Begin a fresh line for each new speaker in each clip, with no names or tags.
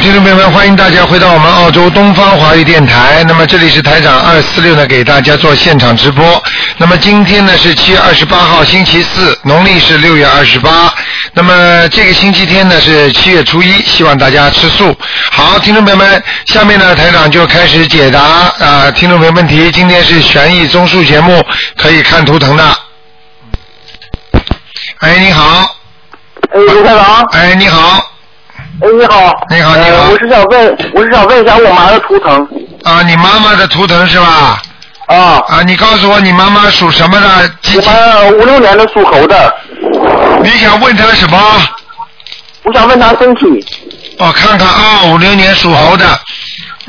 听众朋友们，欢迎大家回到我们澳洲东方华语电台。那么这里是台长二四六呢，给大家做现场直播。那么今天呢是七月二十八号，星期四，农历是六月二十八。那么这个星期天呢是七月初一，希望大家吃素。好，听众朋友们，下面呢台长就开始解答啊、呃听众朋友问题。今天是悬疑综述节目，可以看图腾的。哎，你好，
哎，刘台长，
哎，你好，
哎，你好，
你好
呃
你好
我是想问，我是想问一下我妈的图腾
啊，你妈妈的图腾是吧？
啊，
啊，你告诉我你妈妈属什么的？几
我
几？
妈五六年的属猴的，
你想问她什么？
我想问她身体
我看看啊，五六年属猴的。嗯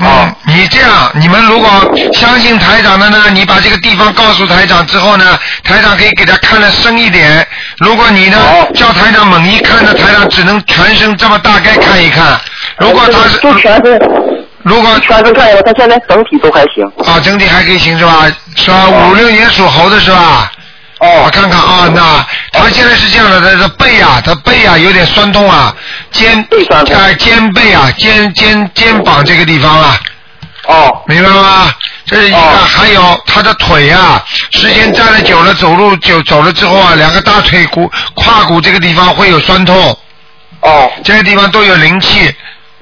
哦，
你这样，你们如果相信台长的呢，你把这个地方告诉台长之后呢，台长可以给他看得深一点。如果你呢
好
叫台长猛一看呢，台长只能全身这么大概看一看。如果他是
就全身
如果
全身看一下，她现在整体都还行。
啊整体还可以行是吧？是吧？
哦
五六年属猴的是吧？我
哦，
看看啊，那他现在是这样的，他的背啊，他背啊有点酸痛啊，肩
背酸痛
啊肩背啊，肩肩肩膀这个地方啊，
哦，
明白吗？这是一个，
哦
还有他的腿啊，时间站的久了，走路久走了之后啊，两个大腿骨胯骨这个地方会有酸痛，
哦，
这个地方都有灵气，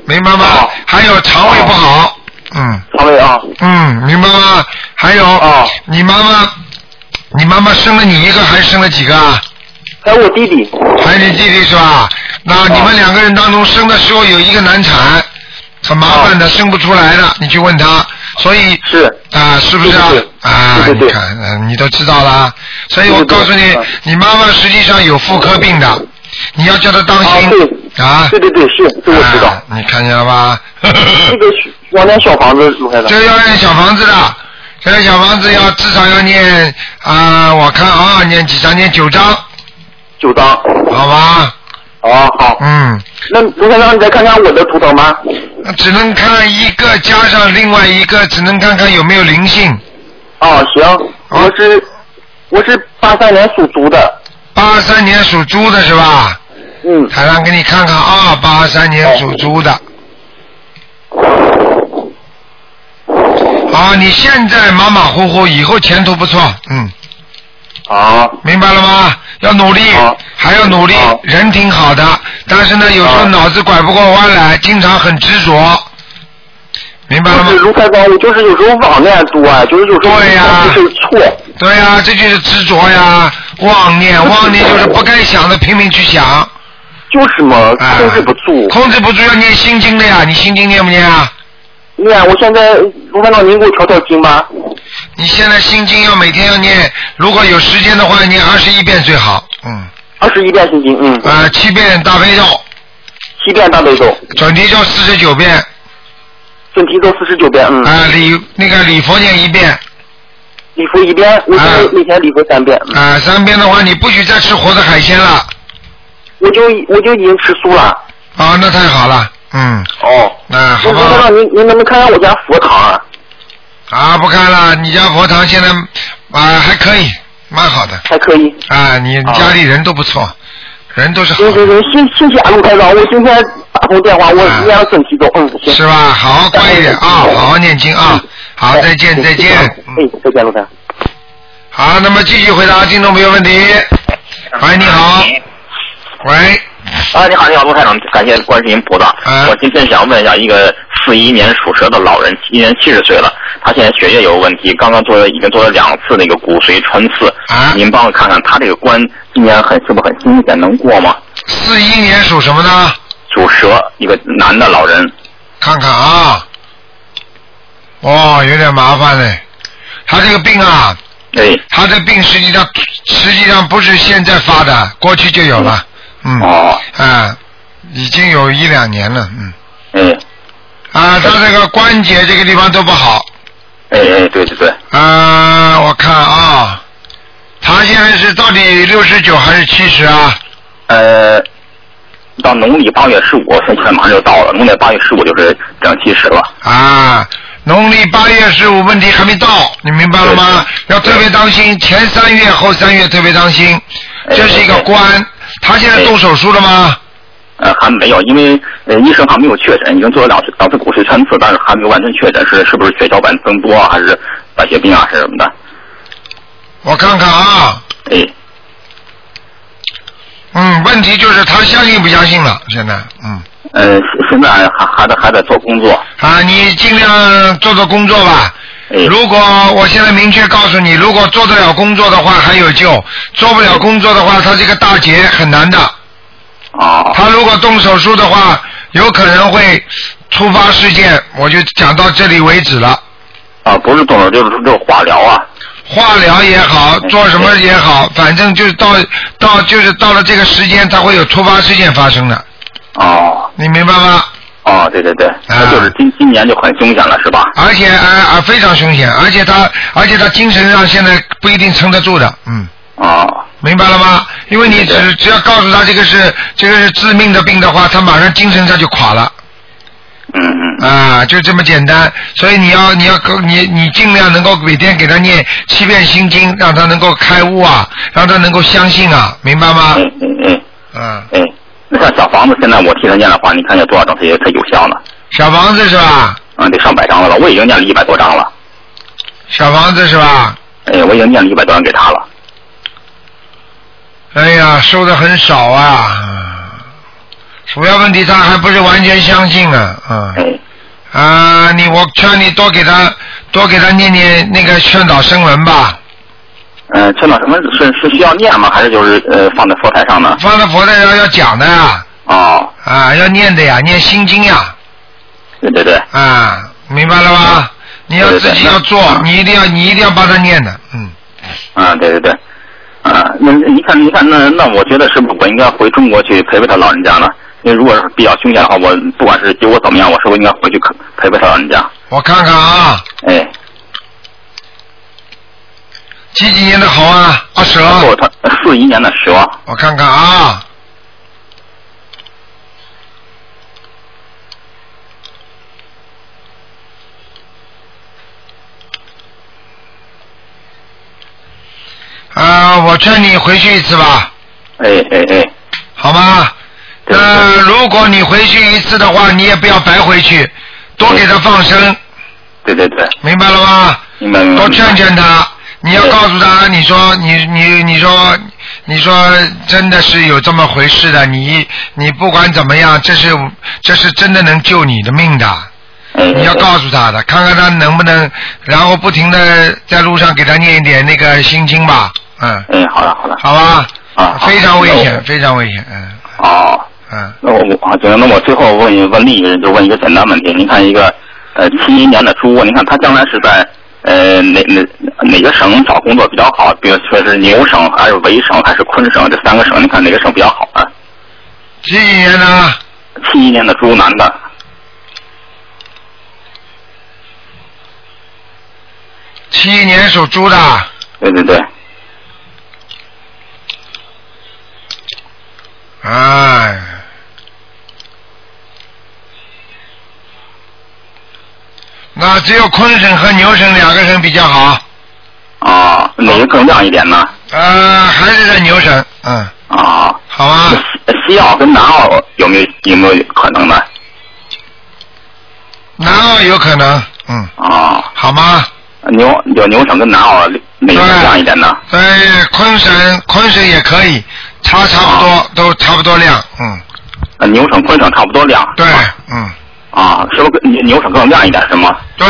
明白吗？
哦
还有肠胃不好，嗯
肠胃啊，
嗯，明白吗？还有、
哦
你妈妈，你妈妈生了你一个还是生了几个啊？
还有我弟弟，哦
还有你弟弟是吧？那你们两个人当中生的时候有一个难产，很麻烦的，生不出来的，你去问他。所以
哦是
啊、是不是啊
对对对？
啊，
对对对
你看、呃你都知道啦。所以我
对对
告
对
诉你
啊，
你妈妈实际上有妇科病的，你要叫她当
啊
心
对
啊。
对对对，是，这我知道
啊。你看见了吧？
那个我那小房子，卢台长，
这要念小房子的，这个小房子要至少要念啊、我看啊，念几张？念九张，
九张。
好吧？
哦，好。
嗯。
那卢台长，你再看看我的图腾吧。
只能看一个加上另外一个，只能看看有没有灵性。
哦，行，
好
我是我是八三年属猪的，
八三年属猪的是吧？
嗯，
台上给你看看啊，八三年属猪的。啊，你现在马马虎虎，以后前途不错，嗯，
好，
明白了吗？要努力
好，
还要努力
好，
人挺好的，但是呢，有时候
好
脑子拐不过弯来，经常很执着，明白了
就
吗
是？卢开光，我就是有时候网念多啊，就是有时候
对呀
就是错，
对呀、这就是执着呀，妄念，妄念就是不该想的拼命去想，啊、
就是嘛，控制不住。
控制不住要念心经的呀，你心经念不念啊？
你看，我现在卢开光，您给我调调经吧。
你现在心经要每天要念，如果有时间的话，念二十一遍最好，嗯，
二十一遍心经，嗯，
呃，七遍大悲咒，
七遍大悲咒，
准提咒四十九遍，
准提咒四十九遍，嗯，
啊、礼那个礼佛念一遍，
礼佛一遍，我现在
啊
每天礼佛三遍，嗯
啊、三遍的话你不许再吃活的海鲜了，
我就我就已经吃素了。
啊，那太好了，嗯，
哦，
那、好
卢
吧。
开光，您您能不能看看我家佛堂啊？
啊，不看了，你家佛堂现在啊还可以，蛮好的
还可以。
啊，你你家里人都不错，人都是好
行行
的，
行，谢谢谢啊，卢台长，我今天打通电话，
啊
我念了整齐咒，嗯，行，嗯
是吧？好好乖一点啊，好好念经啊，好，
哎
再见再见。嗯
哎，再见，卢台长。
好，那么继续回答听众朋友问题。喂，你好，喂，
啊，你好，你好，卢台长，感谢观世音菩萨。
嗯
我今天想问一下，一个四一年属蛇的老人，今年七十岁了，他现在血液有问题，刚刚做了已经做了两次那个骨髓穿刺。
啊
您帮我看看他这个关今年很是不是很新鲜，能过吗？
四一年属什么呢？
属蛇，一个男的老人。
看看啊，哦，有点麻烦嘞，他这个病啊，
哎，
他的病实际上实际上不是现在发的，过去就有了，嗯，
哦，
啊，已经有一两年了，嗯，
哎，
啊，他这个关节这个地方都不好，
哎哎，对对对，
啊，我看啊，他现在是到底六十九还是七十啊？
呃，到农历八月十五，现在马上就到了，农历八月十五就是整七十了。
啊，农历八月十五问题还没到，你明白了吗？要特别当心，前三月后三月特别当心，这是一个关。他现在动手术了吗？
呃，还没有，因为呃医生还没有确诊，已经做了两次两次骨髓穿刺，但是还没有完全确诊，是是不是血小板增多啊还是白血病啊，还是什么的？
我看看啊，
哎，
嗯，问题就是他相信不相信了，现在，嗯，
呃，现现在还还在还在做工作，
啊，你尽量做做工作吧。
哎，
如果我现在明确告诉你，如果做得了工作的话还有救，做不了工作的话，他这个大劫很难的。
哦，
他如果动手术的话，有可能会突发事件。我就讲到这里为止了。
啊，不是动手就是就是化疗啊，
化疗也好，做什么也
哎
好，反正就是到到就是到了这个时间，它会有突发事件发生的，
哦，
你明白吗？啊
哦，对对对，那就是今今年就很凶险了，是吧？
而且啊啊、非常凶险，而且他而且他精神上现在不一定撑得住的，嗯，
哦，
明白了吗？因为你
对
只只要告诉他这个是这个是致命的病的话，他马上精神上就垮了。
嗯嗯，
啊，就这么简单。所以你要你要够你你尽量能够每天给他念七遍心经，让他能够开悟啊，让他能够相信啊，明白吗
哎？哎哎
嗯，
哎，那像小房子现在我替他念的话，你看有多少张才有才有效呢？
小房子是吧？
嗯，得上百张了吧？我已经念了一百多张了，
小房子是吧？
哎，我已经念了一百多张给他了，
哎呀，收的很少啊。主要问题他还不是完全相信啊，嗯
哎，
啊，你我劝你多给他多给他念念那个劝导声文吧，
嗯，陈老什么是是需要念吗？还是就是呃放在佛台上呢？
放在佛台上要讲的呀，
哦，
啊，要念的呀，念心经呀，
对对对，
啊，明白了吧？你要自己要
对
做
对，对
你一定要你一定要帮他念的，嗯，
嗯，对对对，啊，那你看你看那那我觉得是不是我应该回中国去陪陪他老人家呢？因为如果是比较凶险的话，我不管是结果怎么样，我是不是应该回去可陪陪他老人家？
我看看啊，
哎，
几几年的好啊，阿蛇，
然后他四一年的蛇，
我看看啊，啊，我劝你回去一次吧，
哎哎哎，
好吗？
对
那如果你回去一次的话，你也不要白回去，多给他放生，
对对对，
明白了吗？
明白明白。
多劝劝他，你要告诉他，你说你你你说你说真的是有这么回事的，你你不管怎么样，这是这是真的能救你的命的，
哎，
你要
哎
告诉他的，看看他能不能，然后不停的在路上给他念一点那个心经吧，嗯，
哎，好了好了，
好吧，
啊，好
非常危
那
险，
我
非常危险，嗯
哦。
嗯，
那我我啊，行，那我最后问一问另一个人，就问一个简单问题。您看一个呃七一年的猪，您看他将来是在呃哪哪哪个省找工作比较好？比如说是牛省还是维省还是昆省这三个省，您看哪个省比较好啊？
几几年呢？
七一年的猪男的，
七一年属猪的，
对对对，
哎，那只有昆省和牛省两个省比较好，
啊，哪个更亮一点呢？
呃，还是在牛省，嗯，
啊，
好吗？
西西澳跟南澳有没有有没有可能呢？
南澳有可能，嗯，
啊，
好吗？
牛有牛省跟南澳哪个更亮一点呢？
呃，昆省昆省也可以，差差不
哦
多，都差不多亮，嗯，
呃牛省昆省差不多亮。
对，嗯，
啊，是不是更牛牛省更亮一点是吗？
对。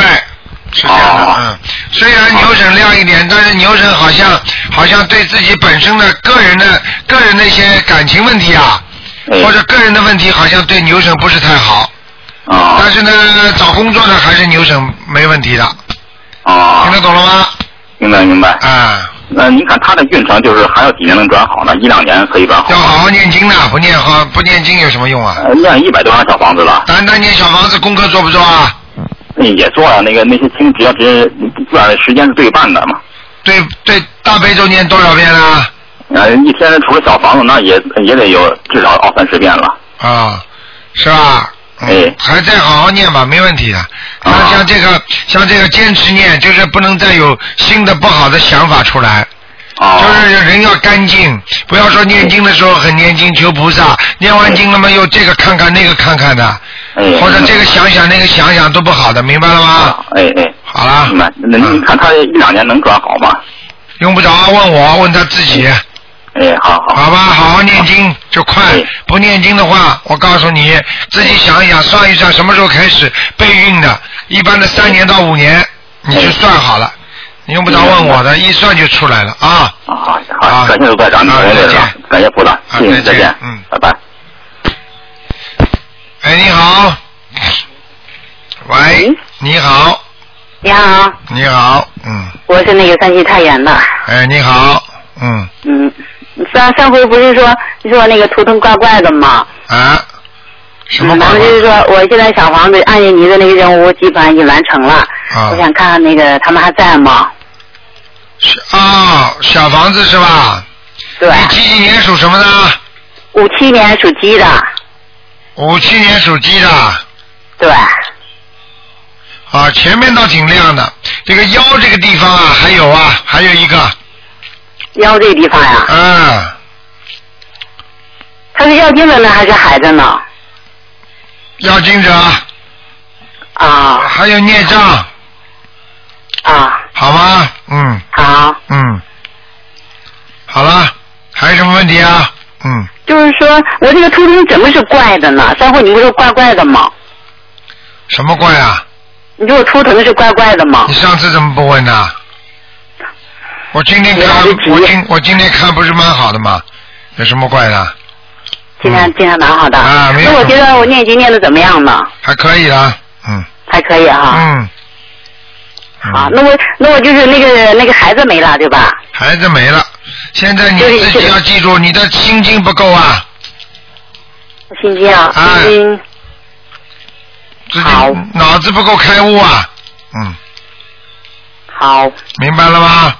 是这样
哦
的，嗯，虽然牛省亮一点，但是牛省好像好像对自己本身的个人的个人的一些感情问题啊，
哎
或者个人的问题好像对牛省不是太好，
啊
但是呢，找工作呢还是牛省没问题的，听
啊
得，懂了吗？
明白明白。
啊，
那您看他的运程就是还有几年能转好呢？一两年可以转好
要。好好念经呐，不念好啊不念经有什么用啊？
呃，念一百多张小房子了，
单单念小房子功课做不做啊？
那也做了那个那些经，只要只基本上时间是对半的嘛。
对对，大悲咒念多少遍啊啦？
呃，一天除了小房子，那也也得有至少二三十遍了。
啊，是吧？嗯
哎，
还再好好念吧，没问题的。像像这个像这个坚持念，就是不能再有新的不好的想法出来。
哦
就是人要干净，不要说念经的时候很念经求菩萨，
嗯
念完经了嘛又这个看看那个看看的，
哎，
或者这个想想那个想想都不好的，明白了吗？
啊，哎哎，
好嗯啦
明白。那您看他一两年能转好吗？
用不着问我，问他自己，
哎，好好，
好吧？好好念经就快
哎，
不念经的话，我告诉你，自己想一想，算一算什么时候开始备孕的，一般的三年到五年，
嗯
你就算好了，你用不着问我的，一算就出来了啊。
啊好，
好
好，感谢卢台长，您
啊
回来
再
了
见，
感谢菩萨，谢谢您，
再
再
见
见，
嗯
拜拜。
哎，你好，
嗯
喂，你好，
你好，
你好，嗯，
我是那个山西太原的。
哎，你好，嗯，
嗯，上上回不是说说那个图腾怪怪的吗？
啊，什么
嗯然
办法
后就是说，我现在小房子按印尼的那个任务基本上已经完成了，
啊
我想看看那个他们还在吗？
是啊、小房子是吧？
对，
你几几年属什么的？
五七年属鸡的，
五七年属鸡的，
对，
啊，前面倒挺亮的，这个腰这个地方啊，还有啊，还有一个，
腰这个地方呀，
嗯，
他是要精子呢还是孩子呢？
要经者，
啊
还有孽障，
啊，
好吗？嗯
好，
嗯，好了，还有什么问题啊？嗯，
就是说我这个图腾怎么是怪的呢？上回你不是说怪怪的吗？
什么怪啊？
你说我图腾是怪怪的吗
你？上次怎么不问呢？我今天看
来不，及
我今我今天看不是蛮好的吗？有什么怪的？
今天今天蛮好的。
嗯啊没有
那我觉得我念经念的怎么样呢？
还可以啦，嗯
还可以哈。
嗯。嗯
好，那我那我就是那个那个孩子没了，对吧？
孩子没了，现在你
就是
自
这
己
个
要记住，你的心经不够啊，
心经啊，
哎
心经
自己
好
脑子不够开悟啊，嗯，
好，
明白了吗？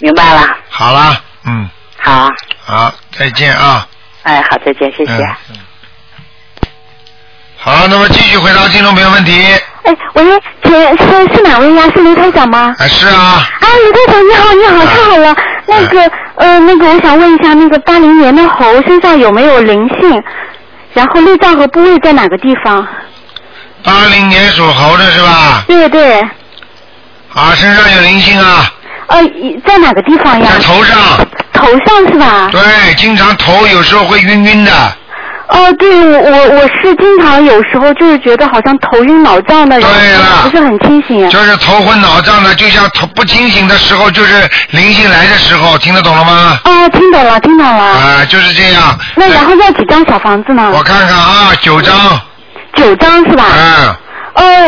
明白了。
好啦，嗯，
好，
好，再见啊，
哎，好，再见，谢谢。
嗯。嗯好，那么继续回答听众朋友问题。
哎，喂，请是是哪位呀？是刘台长吗？
哎，是啊，哎
啊，刘台长，你好，你好，太好了。那个，呃，那个，我想问一下，那个八零年的猴身上有没有灵性？然后内脏和部位在哪个地方？
八零年属猴的是吧？
对对，
啊，身上有灵性啊，
呃，一在哪个地方呀
在？头上，
头上是吧？
对，经常头有时候会晕晕的，
哦，对，我我我是经常有时候就是觉得好像头晕脑胀的，然
对了
后不是很清醒。
就是头昏脑胀的，就像头不清醒的时候，就是灵性来的时候，听得懂了吗？
哦，听懂了，听懂了。
啊，就是这样。
那然后要几张小房子呢？
我看看啊，九张，
九张是吧？
嗯，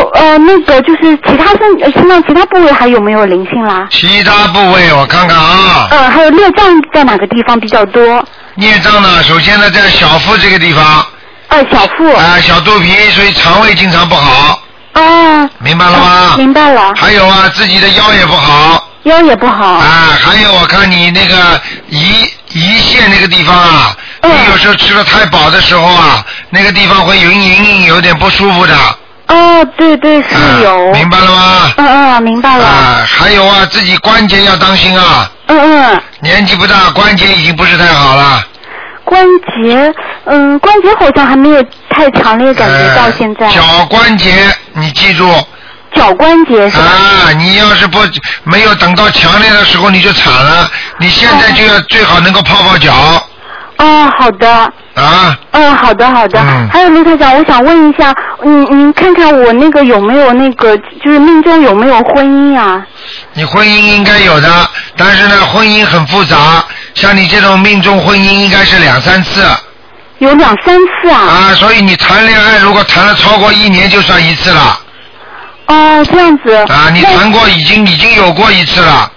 哦呃，那个就是其他身呃身上其他部位还有没有灵性啦？
其他部位我看看啊，
呃，还有内脏在哪个地方比较多？
孽障呢，首先呢在小腹这个地方，
呃，小腹。
啊，小肚皮，所以肠胃经常不好，
哦。
明白了吗
呃？明白了，
还有啊，自己的腰也不好，
腰也不好。
啊，还有我看你那个胰胰腺那个地方啊，
嗯
你有时候吃的太饱的时候啊，那个地方会隐隐隐有点不舒服的，
哦，对对是
啊
有。
明白了吗？
嗯嗯，明白了。
啊，还有啊，自己关节要当心啊，
嗯嗯，
年纪不大，关节已经不是太好了。
关节，嗯，关节好像还没有太强烈感觉到现在
呃。脚关节，你记住
脚关节是吧？
啊！你要是不没有等到强烈的时候，你就惨了。你现在就要最好能够泡泡脚
哦，好的。
啊！
嗯，好的好的。
嗯
还有卢台长，我想问一下，你你看看我那个有没有那个，就是命中有没有婚姻啊？
你婚姻应该有的，但是呢，婚姻很复杂。像你这种命中婚姻应该是两三次
有两三次啊？
啊，所以你谈恋爱如果谈了超过一年就算一次了
哦，这样子。
啊，你谈过已经已经有过一次了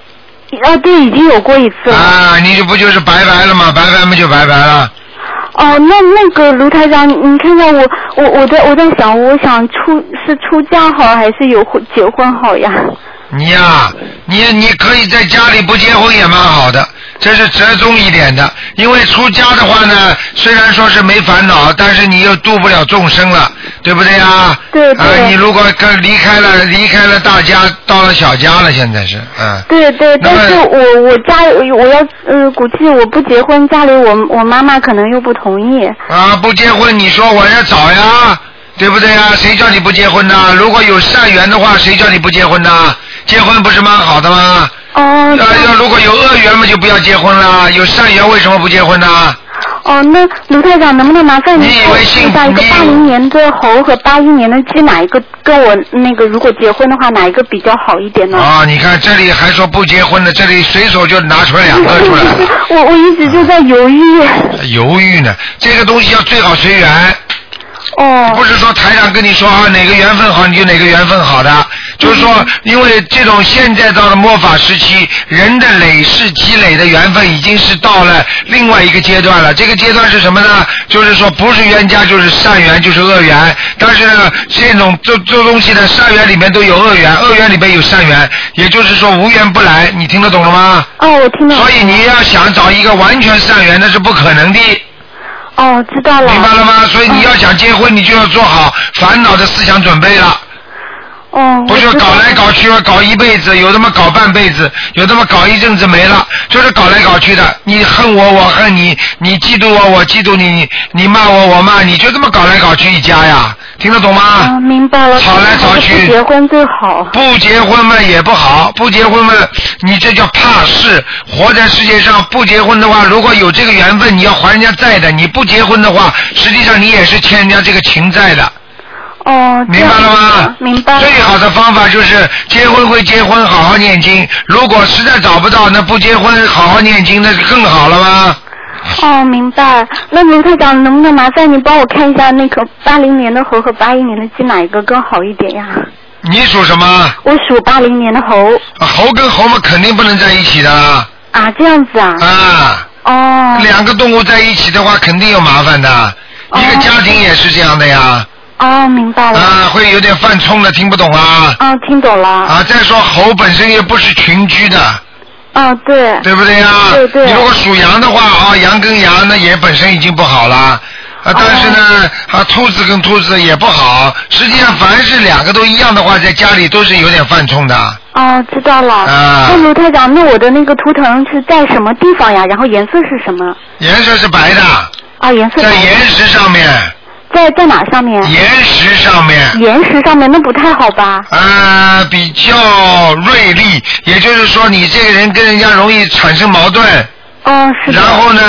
那啊，对，已经有过一次了。
啊，你就不就是拜拜了吗？拜拜嘛就拜拜了。
哦，那那个卢台长，你你看看我，我我在我在想，我想出是出家好还是有婚结婚好呀？
你呀、你你可以在家里不结婚也蛮好的，这是折中一点的。因为出家的话呢，虽然说是没烦恼，但是你又度不了众生了，对不对呀？
对对
啊、你如果跟离开了离开了大家，到了小家了，现在是嗯。
对对，
那
但
么
是我我家我要呃，估计我不结婚，家里我我妈妈可能又不同意。
啊，不结婚，你说我要找呀，对不对呀？谁叫你不结婚呢？如果有善缘的话，谁叫你不结婚呢？结婚不是蛮好的吗？
哦，
呃，要如果有恶缘嘛，就不要结婚啦。有善缘为什么不结婚呢？
哦，那卢太长能不能麻烦您
你以为幸福
看一下一个
你
八零年的猴和八一年的鸡哪一个跟我那个如果结婚的话哪一个比较好一点呢？
啊，你看这里还说不结婚的，这里随手就拿出来两个出来了。
我我一直就在犹豫。
犹豫呢，这个东西要最好随缘，不
哦，
是说台长跟你说啊哪个缘分好你就哪个缘分好的，就是
嗯
说因为这种现在到了末法时期，人的累世积累的缘分已经是到了另外一个阶段了。这个阶段是什么呢？就是说不是冤家就是善缘就是恶缘，但是呢这种这这东西呢，善缘里面都有恶缘，恶缘里面有善缘，也就是说无缘不来。你听得懂了吗？
哦，我听懂了
所。以你要想找一个完全善缘，那是不可能的。
哦，知道了。嗯
明白了吗？所以你要想结婚，你就要做好烦恼的思想准备了，
哦，
不
我
是
知道
搞来
了
搞去，搞一辈子，有那么搞半辈子，有那么搞一阵子没了，就是搞来搞去的。你恨我，我恨你；你嫉妒我，我嫉妒你；你骂我，我骂你，就这么搞来搞去一家呀，听得懂吗？
哦，明白了。
吵来吵去
还是不结婚最好。
不结婚嘛也不好，不结婚嘛，你这叫怕事。活在世界上不结婚的话，如果有这个缘分，你要还人家债的；你不结婚的话，实际上你也是欠人家这个情债的。
哦，这
明白
样
了吗
子？明白了。
最好的方法就是结婚归结婚，好好念经。如果实在找不到，那不结婚好好念经，那就更好了吗？
哦，明白。那卢太长，能不能麻烦你帮我看一下那个八零年的猴和八一年的鸡哪一个更好一点呀？
你属什么？啊
我属八零年的猴
猴跟猴嘛肯定不能在一起的
啊，这样子啊。
啊！
哦
两个动物在一起的话，肯定有麻烦的。一个
哦
家庭也是这样的呀，
哦，明白了。
啊，会有点犯冲的，听不懂啊。
哦，听懂了。
啊，再说猴本身也不是群居的，
哦，对。
对不对呀、
对对
你如果属羊的话，啊，羊跟羊那也本身已经不好了。
哦
啊，但是呢，啊，兔子跟兔子也不好。实际上，凡是两个都一样的话，在家里都是有点犯冲的。
哦，知道了。
啊
那卢太长，那我的那个图腾是在什么地方呀？然后颜色是什么？
颜色是白的，
啊，颜色
在岩石上面，
在在哪上面？
岩石上面。
岩石上面，那不太好吧？
呃，比较锐利，也就是说你这个人跟人家容易产生矛盾。
哦，是的。
然后呢，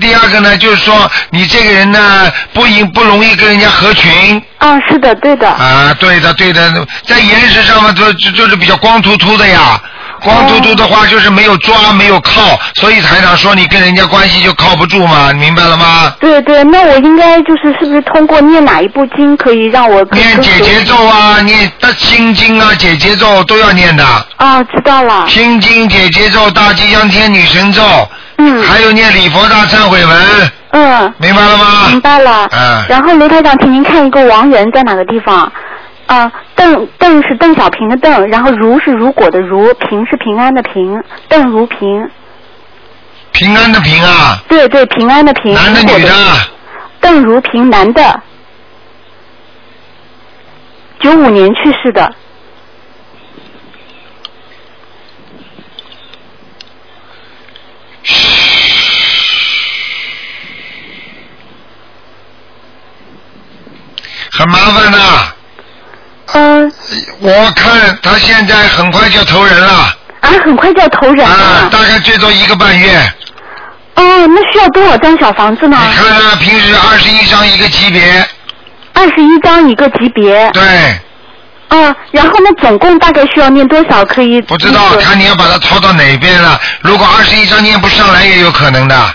第二个呢，就是说你这个人呢，不一不容易跟人家合群
哦，是的，对的。
啊，对的对的，在岩石上面就就就是比较光秃秃的呀，光秃秃的话就是没有抓没有靠，所以台长说你跟人家关系就靠不住嘛，你明白了吗？
对对，那我应该就是是不是通过念哪一部经可以让我更
念
更
解结咒啊，念大心经啊，解结咒都要念的，
啊，知道了。
心经解结咒、大吉祥天女神咒，
嗯
还有念礼佛大忏悔文，
嗯，
明白了吗？
明白了。
嗯
然后卢台长，请您看一个亡人在哪个地方？啊，邓邓是邓小平的邓，然后如是如果的如，平是平安的平，邓如平。
平安的平啊，
对对，平安的平。
男的
如果
女的啊。
邓如平，男的。九五年去世的，
很麻烦的。
嗯、
我看他现在很快就投人了，
啊，很快就要投人了。
啊，大概最多一个半月。
哦，那需要多少张小房子呢？
你看他呃平时二十一张一个级别，
二十一张一个级别。
对，
哦，然后呢，总共大概需要念多少可以？
不知道
那个
看你要把它抄到哪边了。如果二十一张念不上来，也有可能的。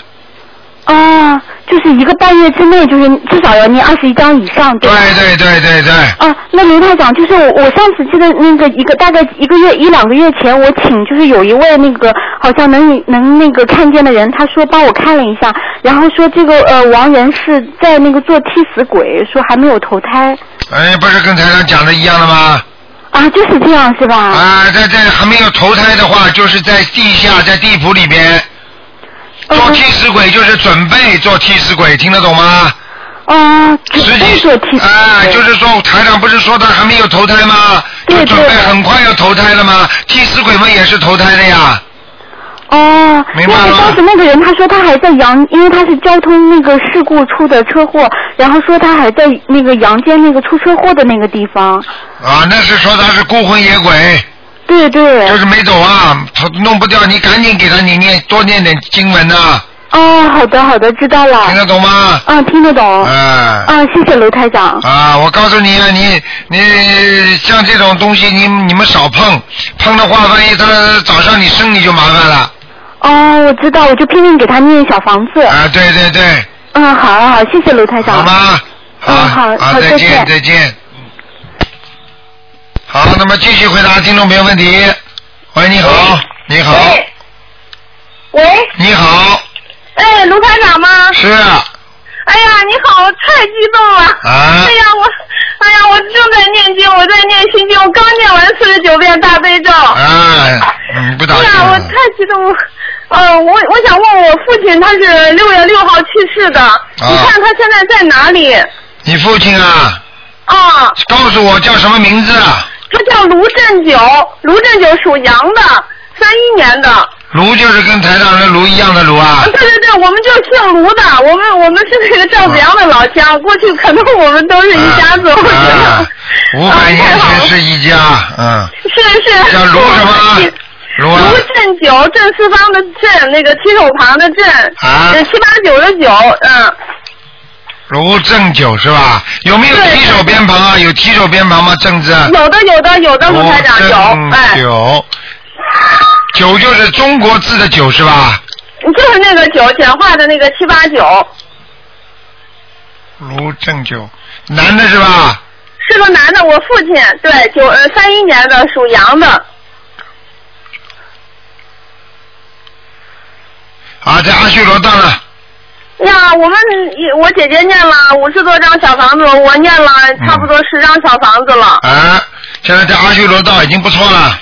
哦，就是一个半月之内，就是至少要念二十一张以上，
对
吧？
对对对对，
啊，那卢台长，就是我我上次记得那个一个大概一个月一两个月前，我请就是有一位那个好像能能那个看见的人，他说帮我看了一下，然后说这个呃亡人是在那个做替死鬼，说还没有投胎。
哎，不是跟台上讲的一样的吗？
啊，就是这样是吧？
啊，在在还没有投胎的话，就是在地下，在地府里边
哦
做替死鬼，就是准备做替死鬼，听得懂吗？
哦，准
实
备
际
做替死
哎，
鬼
就是说台长不是说他还没有投胎吗？
对
就准备
对
很快要投胎了吗？替死鬼们也是投胎的呀。
哦，
明
因
白
为
了
当时那个人他说他还在阳，因为他是交通那个事故出的车祸，然后说他还在那个阳间那个出车祸的那个地方。
啊，那是说他是孤魂野鬼，
对对。
就是没走啊，他弄不掉，你赶紧给他你念多念点经文呐、
哦，好的好的，知道了。
听得懂吗？
嗯，听得懂。
哎、
嗯，谢谢卢台长。
啊，我告诉你啊，你你像这种东西，你你们少碰，碰的话，万一他找上你生，你就麻烦了。
哦，我知道，我就拼命给他念小房子。
啊，对对对，
嗯，好好好，谢谢卢台长。
好吗？好，
嗯好
好，
好
啊再
再
见，
见
再见。好，那么继续回答听众朋友问题。喂，你好，你好，
喂，
你好，
哎，卢台长吗？
嗯是啊，
哎呀，你好，我太激动了。
啊
哎呀，我，哎呀，我正在念经，我在念心经，我刚念完四十九遍大悲咒。
哎，嗯，不打
哎呀，
算
我
了
太激动了。呃，我我想问我父亲，他是六月六号去世的，
啊
你看他现在在哪里？
你父亲啊，
啊，
告诉我叫什么名字啊？
他叫卢振九，卢振九属羊的，三一年的。
卢就是跟台上的卢一样的卢啊
啊，。对对对，我们就是姓卢的，我们我们是那个赵子阳的老乡，过去可能我们都是一家子，我觉得
啊。，五百年前是一家，嗯，
是是。
叫卢什么？ 卢啊，
卢振九，正四方的振，那个提手旁的振，
啊
呃七八九的九，嗯，
卢正九是吧？有没有
对
提手边旁啊？有提手边旁吗？正字？
有的有的有的，卢
啊卢
台长有，
正
哎，
九，九就是中国字的九是吧？
就是那个九，简化的那个七八九，
卢正九，男的是吧？
是个男的，我父亲，对，九呃三一年的，属羊的，
啊，在阿修罗道了。
呀，我们我姐姐念了五十多张小房子，我念了差不多十张小房子了。
嗯啊，现在在阿修罗道已经不错了，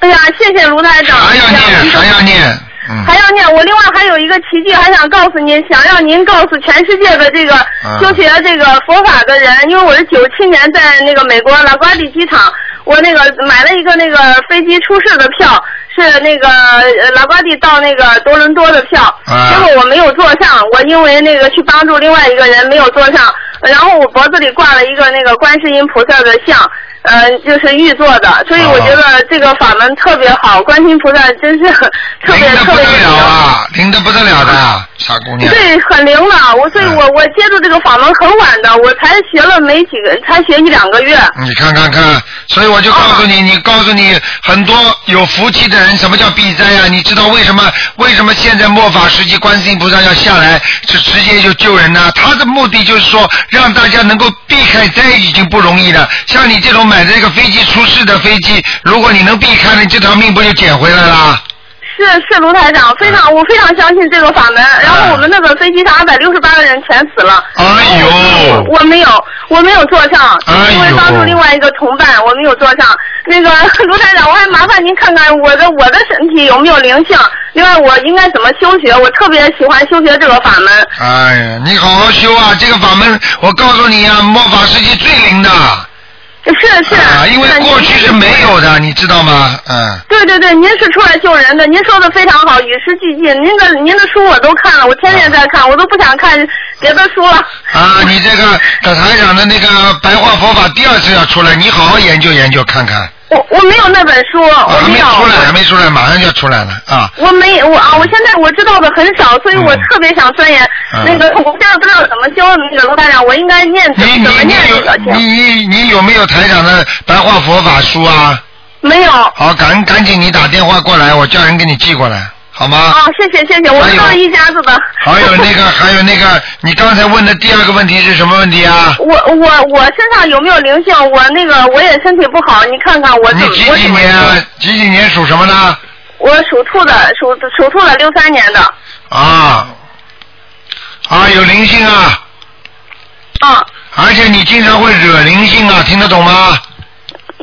哎呀，谢谢卢台长。
还要
哎呀
念，
您说
还要念，嗯，
还要念，我另外还有一个奇迹，还想告诉您，想让您告诉全世界的这个
嗯
修学这个佛法的人，因为我是九七年在那个美国拉瓜地机场，我那个买了一个那个飞机出事的票，是那个呃拉瓜地到那个多伦多的票，
嗯
结果我没有坐上，我因为那个去帮助另外一个人没有坐上，然后我脖子里挂了一个那个观世音菩萨的像。呃，就是玉做的，所以我觉得这个法门特别好，观世音菩萨真是 很特别
灵的
特
不
别啊
得
有
了
名
啊，灵的不得了的，傻姑娘。
对，很灵的。我所以
嗯
我，我接触这个法门很晚的，我才学了没几个，才学一两个月。
你看看看，所以我就告诉
哦
你，你告诉你很多有福气的人，什么叫避灾啊？你知道为什么为什么现在末法时期观世音菩萨要下来，是直接就救人呢、他的目的就是说让大家能够避开灾已经不容易了。像你这种买这个飞机出事的飞机，如果你能避开了，你这条命不就捡回来啦？
是是，卢台长，非
哎
常我非常相信这个法门。然后我们那个飞机上二百六十八个人全死了。
哎呦
我我没有，我没有坐上，
哎呦
因为帮助另外一个同伴，我没有坐上。那个卢台长，我还麻烦您看看我的我的身体有没有灵性，另外我应该怎么修学？我特别喜欢修学这个法门。
哎呀，你好好修啊！这个法门，我告诉你啊，末法时期最灵的
是是、
啊，因为
那您
过去是没有的，你知道吗？嗯。
对对对，您是出来救人的，您说的非常好，与时俱进。您的您的书我都看了，我天天在看，我都不想看别的书了。
啊，你这个台长的那个白话佛法第二次要出来，你好好研究研究看看。
我我没有那本书，
啊，
哦我
还没
有。
出来，还没出来，马上就要出来了啊！
我没我啊，我现在我知道的很少，所以我
嗯
特别想钻研、
嗯
那个。我现在不知道怎么修那个罗台长，我应该念
你
嗯怎
你
么怎么
你
念这个
有你
经？
你你有没有台长的白话佛法书啊？
没有啊，
好，赶赶紧你打电话过来，我叫人给你寄过来，好吗？
谢谢谢谢，
哎
我知道一家子的。
还有哎那个，还有那个，你刚才问的第二个问题是什么问题啊？
我我我身上有没有灵性？我那个我也身体不好，你看看我怎
你
么
几
我
几
怎么
年
修
啊？几几年属什么呢？
我属兔的，属属兔的，六三年的。
啊啊，有灵性啊！
啊，
而且你经常会惹灵性啊，听得懂吗？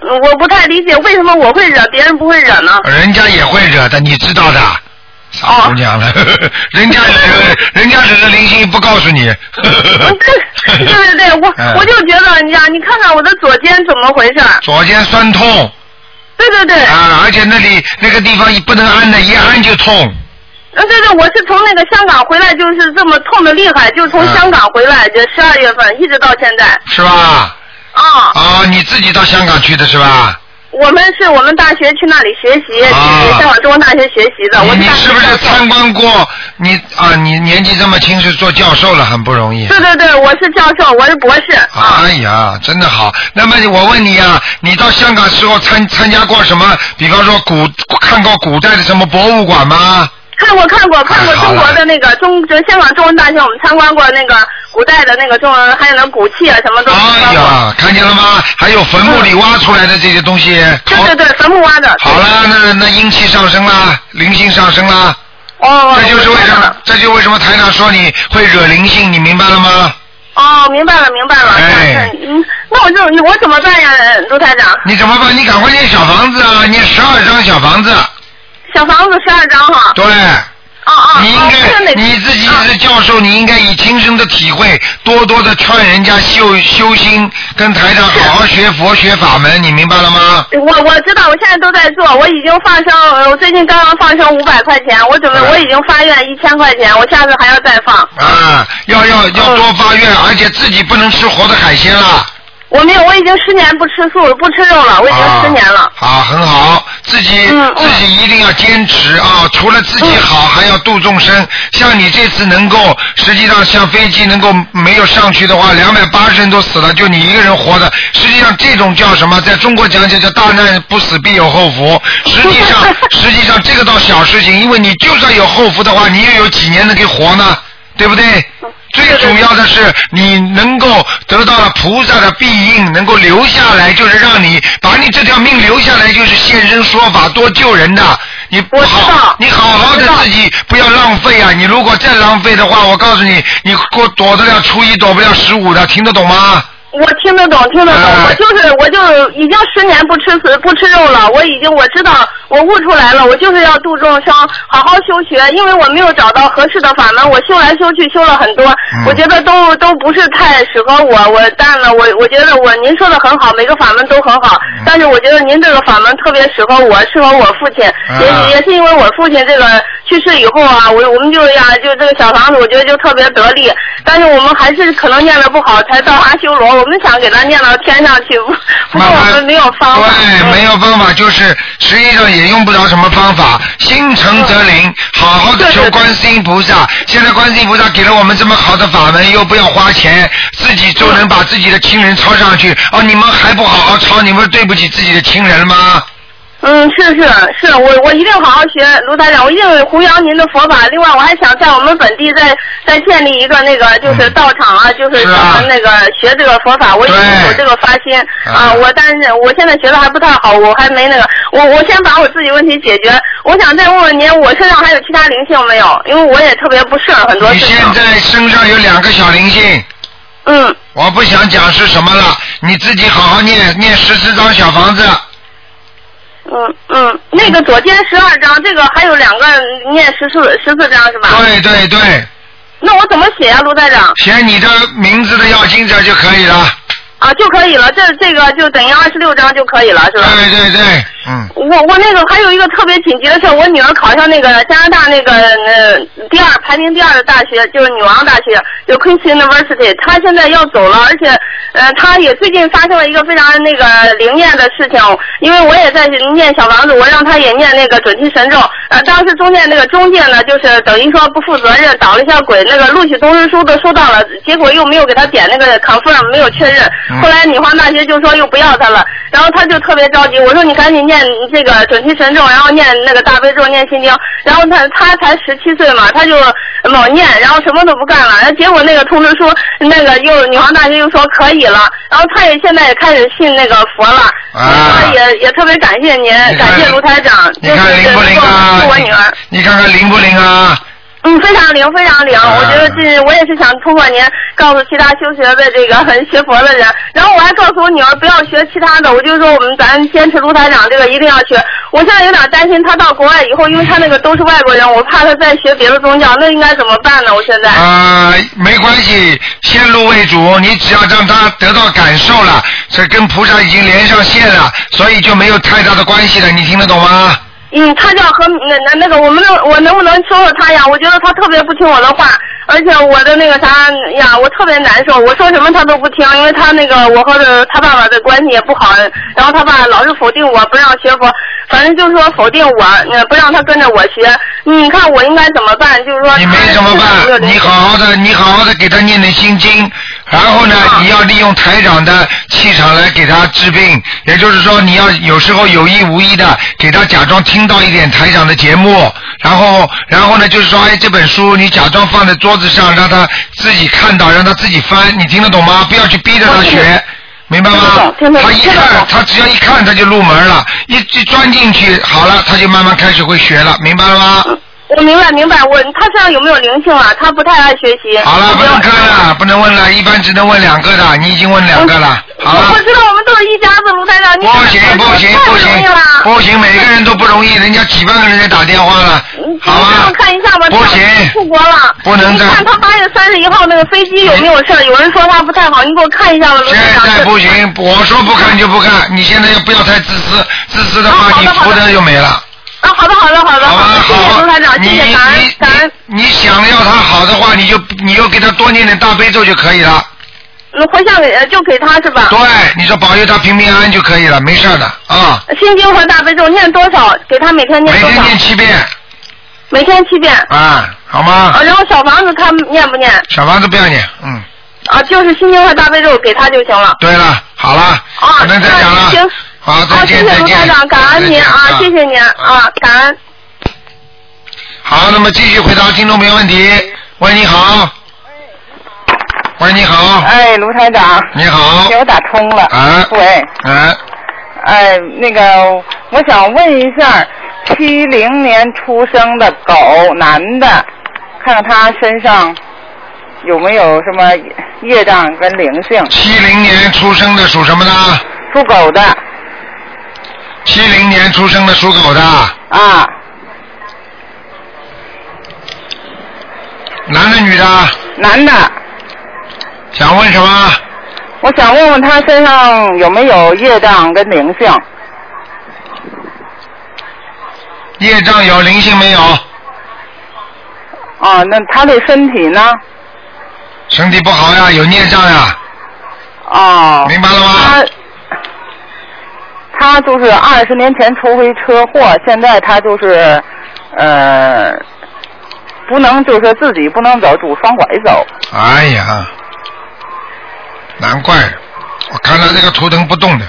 我不太理解为什么我会惹，别人不会惹 呢？
人家也会惹的，你知道的。傻姑娘了，
哦
人家只是人家只是零星不告诉 你。
对对对，我、
嗯
我就觉得哎你呀，你看看我的左肩怎么回事儿？
左肩酸痛
对对对，
啊，而且那里那个地方不能按的，一按就痛。
嗯对对，我是从那个香港回来，就是这么痛的厉害，就是从
嗯
香港回来，就十二月份一直到现在。
是吧？
啊、
啊，你自己到香港去的是吧？
我们是我们大学去那里学习，
啊
去香港中国大学学习的。我
你你
大学
是不是
教授
参观过？你啊，你年纪这么轻是做教授了，很不容易。
对对对，我是教授，我是博士。啊，
哎呀，真的好。那么我问你啊，你到香港时候参参加过什么？比方说古看过古代的什么博物馆吗？
看过看过看过
哎好
中
了
国的那个中，就是香港中文大学，我们参观过那个古代的那个中文，还有那古器啊什么都参
哎
观过。
呀，看见了吗？还有坟墓里挖出来的这些东西。好
对对对，坟墓挖的。
好了，那那阴气上升啦，灵性上升啦，
哦，
这就是为什
我
么，这就为什么台长说你会惹灵性，你明白了吗？
哦，明白了，明白了。
哎
嗯，那我就我怎么办呀，卢台长？
你怎么办？你赶快念小房子啊，念十二张小房子。
小房子十二张哈。
对，
哦哦，
你应
哦这
该
哪
你自己是教授，你应该以亲身的体会，多多的劝人家修修心，跟台长好好学佛学法门，你明白了吗？
我我知道，我现在都在做，我已经放生，呃我最近刚刚放生五百块钱，我准备
嗯
我已经发愿一千块钱，我下次还要再放。
啊，要要
嗯
要多发愿，而且自己不能吃活的海鲜了。
我没有，我已经十年不吃素了，不吃肉了，我已经十年了。
啊。啊，很好，自己、
嗯
自己一定要坚持啊！除了自己好，还要度众生。像你这次能够，实际上像飞机能够没有上去的话，两百八十人都死了，就你一个人活的。实际上这种叫什么？在中国讲起来叫大难不死必有后福。实际 上，实际上这个倒小事情，因为你就算有后福的话，你又有几年能给活呢？对不对？
嗯
最主要的是你能够得到了菩萨的庇应，能够留下来，就是让你把你这条命留下来，就是现身说法，多救人的。你不
我知
好
道，
你好好的自己不要浪费啊！你如果再浪费的话，我告诉你，你过躲得了初一，躲不了十五的，听得懂吗？
我听得懂，听得懂，
哎
我就是，我就已经十年不吃死不吃肉了，我已经我知道，我悟出来了，我就是要度众生，好好修学，因为我没有找到合适的法门，我修来修去修了很多，
嗯
我觉得都都不是太适合我，我但了我我觉得我您说的很好，每个法门都很好，
嗯
但是我觉得您这个法门特别适合我，适合我父亲，也
啊
也是因为我父亲这个去世以后啊，我我们就呀就这个小房子，我觉得就特别得力，但是我们还是可能念的不好，才到阿修罗，我们想给他念到天上去，不不过
慢慢
我们没有方法。
对，哎没有方法，就是实际上也用不着什么方法，心诚则灵，好好的求
对对对
观世音菩萨。现在观世音菩萨给了我们这么好的法门，又不要花钱，自己就能把自己的亲人抄上去。哦，你们还不好好抄，你们对不起自己的亲人吗？
嗯，是是是，我我一定好好学卢台长，我一定弘扬您的佛法。另外，我还想在我们本地再再建立一个那个就是
嗯
道场啊，就是是
啊
专门那个学这个佛法。我已经
对
有这个发心
啊
啊，我但是我现在学的还不太好，我还没那个，我我先把我自己问题解决。我想再问问您，我身上还有其他灵性没有？因为我也特别不顺很多
你
事情。
现在身上有两个小灵性，
嗯，
我不想讲是什么了，你自己好好念念十四张小房子。
嗯嗯，那个左肩十二章，这个还有两个念十四十四章是吧？
对对对，
那我怎么写呀、卢台长？
写你的名字的要经者就可以了。
啊，就可以了，这这个就等于二十六张就可以了，是吧？
对对对，嗯。
我我那个还有一个特别紧急的事儿，我女儿考上那个加拿大那个呃第二排名第二的大学，就是女王大学，就 Queen's University，她现在要走了，而且呃她也最近发生了一个非常那个灵验的事情，因为我也在念小房子，我让她也念那个准提神咒，呃当时中间那个中介呢就是等于说不负责任捣了一下鬼，那个录取通知书都收到了，结果又没有给她点那个 confirm，没有确认
嗯，
后来。后来女皇大学就说又不要他了，然后他就特别着急。我说你赶紧念这个准提神咒，然后念那个大悲咒，念心经。然后他他才十七岁嘛，他就猛念，然后什么都不干了。然后结果那个通知书，那个又女皇大学又说可以了，然后他也现在也开始信那个佛了。
啊
也也特别感谢您
你看，
感谢卢台长，
你
就是
看灵不
能
灵
够
啊
救我女儿。？
你你看看灵不灵啊？
嗯，非常灵，非常灵。
啊
我觉得这我也是想通过您告诉其他修学的这个很学佛的人，然后我还告诉我女儿不要学其他的，我就说我们咱坚持卢台长这个一定要学。我现在有点担心她到国外以后，因为她那个都是外国人，我怕她再学别的宗教，那应该怎么办呢？我现在。
啊、没关系，先入为主，你只要让他得到感受了，这跟菩萨已经连上线了，所以就没有太大的关系了。你听得懂吗？
嗯，他叫何那那那个，我们能我能不能收拾他呀？我觉得他特别不听我的话，而且我的那个啥呀，我特别难受。我说什么他都不听，因为他那个我和他他爸爸的关系也不好，然后他爸老是否定我，不让学佛，反正就是说否定我，呃不让他跟着我学。你看我应该怎么办？就是说
你没
他
怎么
是不是有
办，
灵
你好好的，你好好的给他念念心经，然后呢，
啊
你要利用台长的气场来给他治病，也就是说，你要有时候有意无意的给他假装听到一点台长的节目，然后，然后呢，就是说，哎，这本书你假装放在桌子上，让他自己看到，让他自己翻，你听得懂吗？不要去逼着
哦
他学。明白吗？
听得懂
他一
听得
看
懂，
他只要一看他就入门了，一一钻进去，好了，他就慢慢开始会学了，明白了吗？
嗯
我明白明白，我他身上有没有灵性啊？他不太爱学习。
好了，不
我
能
觉得
看了，不能问了，一般只能问两个的，你已经问两个了，好
我
了
知。道我们都是一家子，卢台长，你
不行
看
不行
太
不
容易
行
了。
不行，每个人都不容易，人家几万个人在打电话了，好
嗯你帮
吧
我？看一下吧，
不行
他出国了，
不能
你
再
看他八月三十一号那个飞机有没有事儿？有人说他不太好，你给我看一下吧，卢
现
台长。
在
这
不行，我说不看就不看，你现在要不要太自私，自私的
啊
话
好
你
的好
福
的
德就没了，
啊，好的好的好的，
好吧？
的，谢谢
好啊
卢台长，
你
谢
你
谢感恩感恩。
你你想要他好的话，你就你就给他多念点大悲咒就可以了。
嗯，回向给呃就给他是吧？
对，你说保佑他平平安安就可以了，没事儿的啊。
心经和大悲咒念多少？给他每天
每
念多
天
少？
念七遍
每天七遍。
啊，好吗？
啊，然后小房子他念不念？
小房子不要念，嗯，
啊，就是心经和大悲咒给他就行了。
对了，好了，
啊，
不能再讲
那行
了，，好，
啊，
再
谢谢
见，再
卢台
见，
长，感恩您啊，谢谢您啊，感恩。
好，那么继续回答听众朋友问题。喂，你好。喂，你好。
哎，卢台长，
你好。
给我打通了。
啊
喂，
哎，
哎，那个，我想问一下，七零年出生的狗男的，看看他身上有没有什么业障跟灵性。
七零年出生的属什么的？
属狗的
七零年出生的属狗的，
啊，
男的女的？
男的，
想问什么？
我想问问他身上有没有业障跟灵性？
业障有灵性没有？
啊，那他的身体呢？
身体不好呀，有孽障呀，
哦，
明白了吗
他？他就是二十年前出回车祸，现在他就是呃，不能就是说自己不能走，拄双拐走。
哎呀，难怪，我看到这个图腾不动的。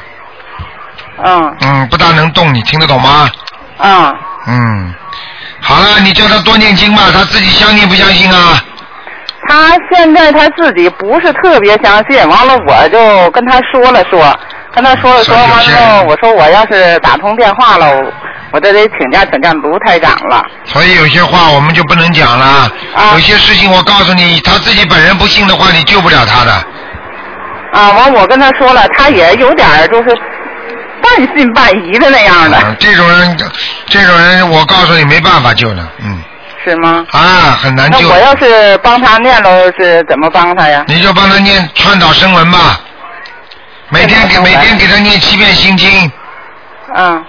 嗯
嗯，不大能动，你听得懂吗？
嗯，
嗯，好了，你叫他多念经吧，他自己相信不相信啊？
他现在他自己不是特别相信，完了我就跟他说了说，跟他说了说，
是有
完
些
了
人
我说我要是打通电话了，我我这得请假请假卢台长了。
所以有些话我们就不能讲了，
啊
有些事情我告诉你，他自己本人不信的话，你救不了他 的。
啊，完我跟他说了，他也有点儿就是半信半疑的那样的，
嗯这种人，这种人我告诉你没办法救的，嗯，
是吗？
啊，很难
那
救
我。要是帮他念喽，是怎么帮他呀？
你就帮他念川岛声文吧，每天给
川岛
每
声闻
天给他念七遍心经。
嗯，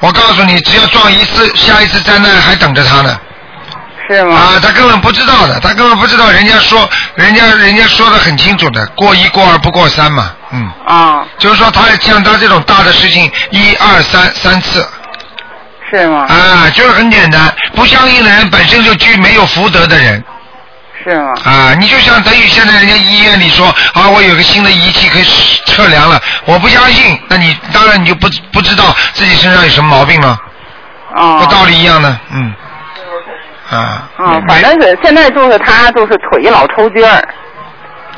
我告诉你，只要撞一次，下一次灾难还等着他呢。
是吗？
啊，他根本不知道的，他根本不知道，人家说，人家人家说的很清楚的，过一过二不过三嘛，嗯，
啊，
就是说他像他这种大的事情，一二三三次，
是吗？
啊，就是很简单，不相信的人本身就居没有福德的人，
是吗？
啊，你就像等于现在人家医院里说啊，我有个新的仪器可以测量了，我不相信，那你当然你就不不知道自己身上有什么毛病了，
啊
不，道理一样的，嗯，啊，
啊，
没
反正是现在就是他就是腿老抽筋儿，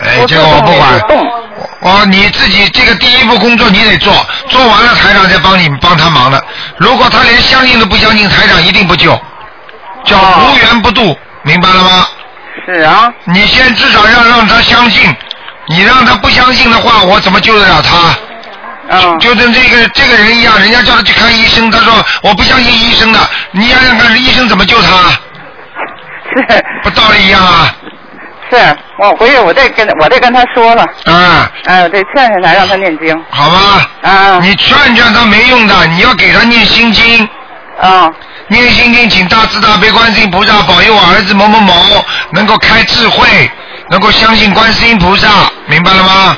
哎，
我
这个
做
我不
梦
管
也不动，
我你自己这个第一步工作你得做，做完了台长再帮你帮他忙的。如果他连相信都不相信，台长一定不救，叫
哦
无缘不渡，明白了吗？
是啊，
你先至少要让他相信，你让他不相信的话，我怎么救得了他？
嗯，
就跟这个这个人一样，人家叫他去看医生，他说我不相信医生的，你想想看，医生怎么救他？
是
不道理一样啊！
是，我回去我再跟我再跟他说了，
啊，
哎，我得劝劝他，让他念经
好吧，
啊，
你劝劝他没用的，你要给他念心经，
啊，
念心经，请大慈大悲观世音菩萨保佑我儿子某某某能够开智慧，能够相信观世音菩萨，明白了吗？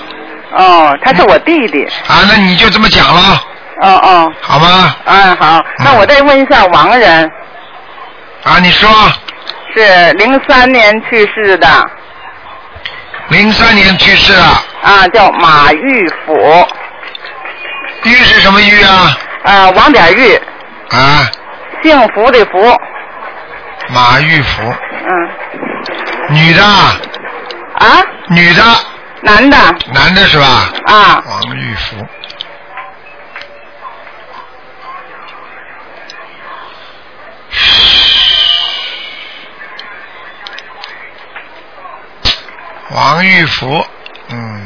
哦，他是我弟弟，
啊，那你就这么讲了，
哦哦，
好吗？
哎好，那我再问一下王人，
啊，你说，
是零三年去世的，
零三年去世啊，
啊，叫马玉甫，
玉是什么玉啊？
啊，王点玉，
啊，
幸福的福，
马玉福，
嗯，
女的啊，
啊，
女的，
男的，
男的是吧？
啊，
王玉福。王玉福，嗯，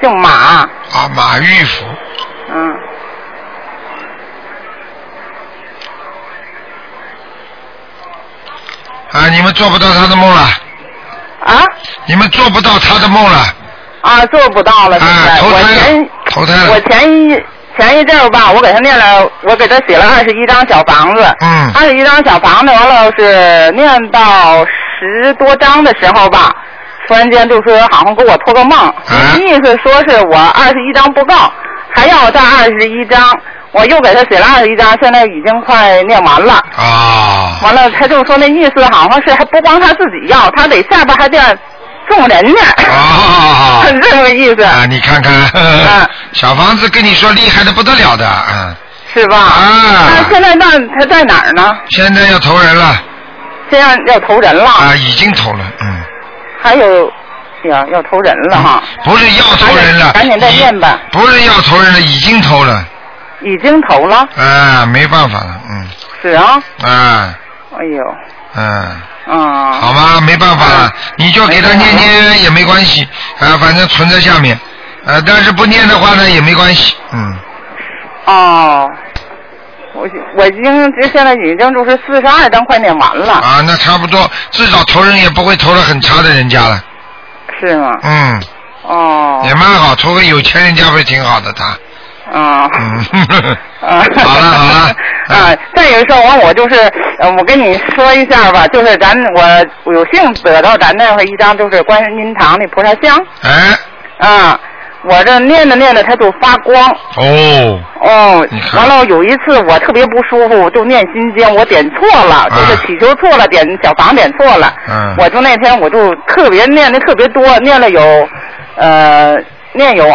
姓马，
啊，马玉福，
嗯，
啊，你们做不到他的梦了，
啊，
你们做不到他的梦了，
啊，做不到了，现
啊，
在、
投
我
胎了
前，
投胎了
我，前一前一阵儿吧，我给他念了，我给他写了二十一张小房子，
嗯
二十一张小房子完了是念到十多张的时候吧，突然间就说好像给我托个梦，
啊
意思说是我二十一张不够，还要再二十一张，我又给他写了二十一张，现在已经快念完了。
啊，
完了，他就说那意思好像是还不光他自己要，他得下边还得送人呢，
啊
是这个意思，
啊，你看看，
啊
小房子跟你说厉害的不得了的，嗯，
是吧？
啊
那现在那他在哪儿呢？
现在要投人了，
现在要投人了，
啊，已经投了，嗯。
还有哎呀，要投人了哈，
不是要投人了，
赶紧赶紧再念吧
已不是要投人了，已经投了，
已经投了，
啊，没办法了，嗯，
是啊，
啊，
哎呦，
嗯，
嗯，
好吧，没办法了
啊，
你就给他
没办
念
法
念也没关系，啊，反正存在下面，呃，但是不念的话呢也没关系，嗯，
哦，我我已经这现在已经就是四十二张快念完了，
啊，那差不多，至少投人也不会投了很差的人家了，
是吗？
嗯，
哦，
也蛮好，投个有钱人家不是挺好的他，
嗯。
嗯， 呵呵
啊，
好了好了，嗯
啊，再有一事儿完，我就是，呃，我跟你说一下吧，就是咱我有幸得到咱那块一张就是观音堂的菩萨像，
哎，
啊，我这念着念着它就发光，
哦，
哦
你，看
完了有一次我特别不舒服，就念心经，我点错了，
啊
就是祈求错了，点小房点错了，
嗯
我就那天我就特别念的特别多，念了有，呃，念有。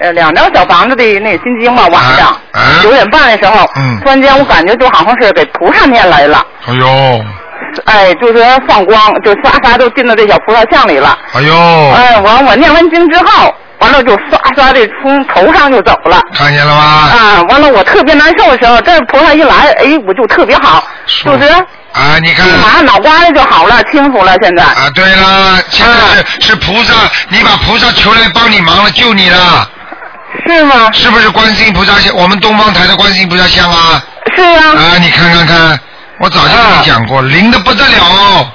呃，两张小房子的那个心经吧，晚上
啊啊
九、点半的时候，
嗯
突然间我感觉就好像是给菩萨念来了，
哎呦，
哎，就是放光，就刷刷都进到这小菩萨像里了。
哎呦，
哎，完我念完经之后，完了就刷刷的从头上就走了。
看见了吗？
啊，完了，我特别难受的时候，这菩萨一来，哎，我就特别好，
是
就是
啊，你看。
马上脑瓜子就好了，清楚了，现在。
啊，对啦，现在是是菩萨，你把菩萨求来帮你忙了，救你了，
是吗？
是不是观世音菩萨像？我们东方台的观世音菩萨像啊？
是啊，
啊，你看看看，我早就跟你讲过，灵的不得了哦，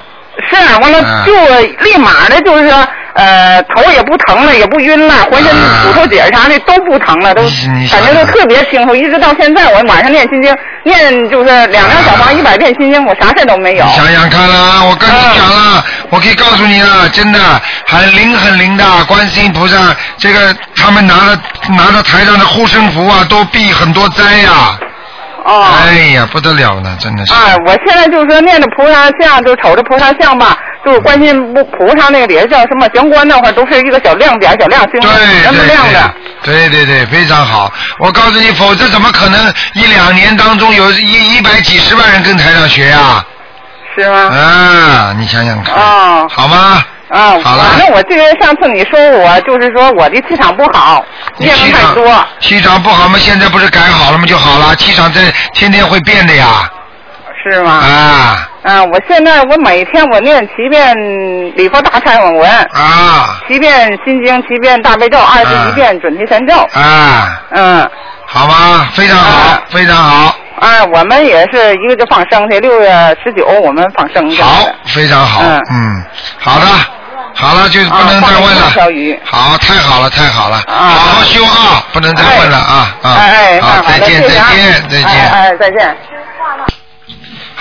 是，完
啊
了就立马的，就是呃，头也不疼了，也不晕了，浑身
啊
骨头节啥的都不疼了，都
你你
感觉
想
都
想
特别清楚，一直到现在，我晚上念心经，念就是两张小
啊
房一百遍心经，我啥事儿都没有。
你想想看啦，我跟你讲
啊
啦，我可以告诉你啦，真的很灵很灵的，观世音菩萨这个他们拿了拿着台上的护身符啊，都避很多灾呀、
哦。
哎呀，不得了呢，真的是。
啊，我现在就是说念着菩萨像，就瞅着菩萨像吧，就是观音菩菩萨那个底下叫什么玄关那块儿都是一个小亮点、小亮星
对，
那么
对
亮的。
对对对，非常好。我告诉你，否则怎么可能一两年当中有一一百几十万人跟台上学呀、
是吗？
啊？你想想看，
哦
好吗？
啊，
好了
反正我记得上次你说我就是说我的气场不好，
你
念
气
的太
场
多。
气场不好嘛，现在不是改好了吗？就好了，气场在天天会变的呀。
是吗？
啊，
啊，我现在我每天我念七遍礼佛大忏悔文，
啊
七遍心经，七遍大悲咒，二十一遍准提神咒。
啊，
嗯，
好吗？非常好
啊，
非常好，
啊，我们也是一个就放生去，六月十九我们放生去。
好，非常好，
嗯
嗯，好的，好了，就不
啊，
能
放
再
了
问
一大条
了。
鱼。
好，太好了，太好了，
啊
好好修啊，不能再问了啊啊！
哎哎，
好，
太好
再
了
见，
谢
再
谢啊
见，再
哎
见。
哎，再见。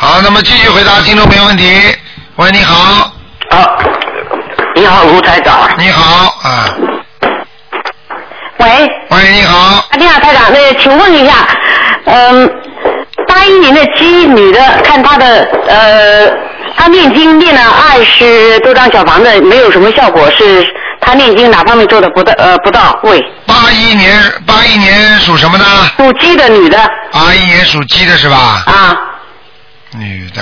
好，那么继续回答听众朋友问题。喂，你好，
啊，你好，卢台长。
你好啊，
喂，
喂，你好，
啊你好，台长，那请问一下，嗯，八一年的鸡女的，看她的呃，她念经念了二十多张小房子，没有什么效果，是她念经哪方面做的不到呃不到位？
八一年，八一年属什么呢？
属鸡的女的
八一年属鸡的是吧？
啊，
女的。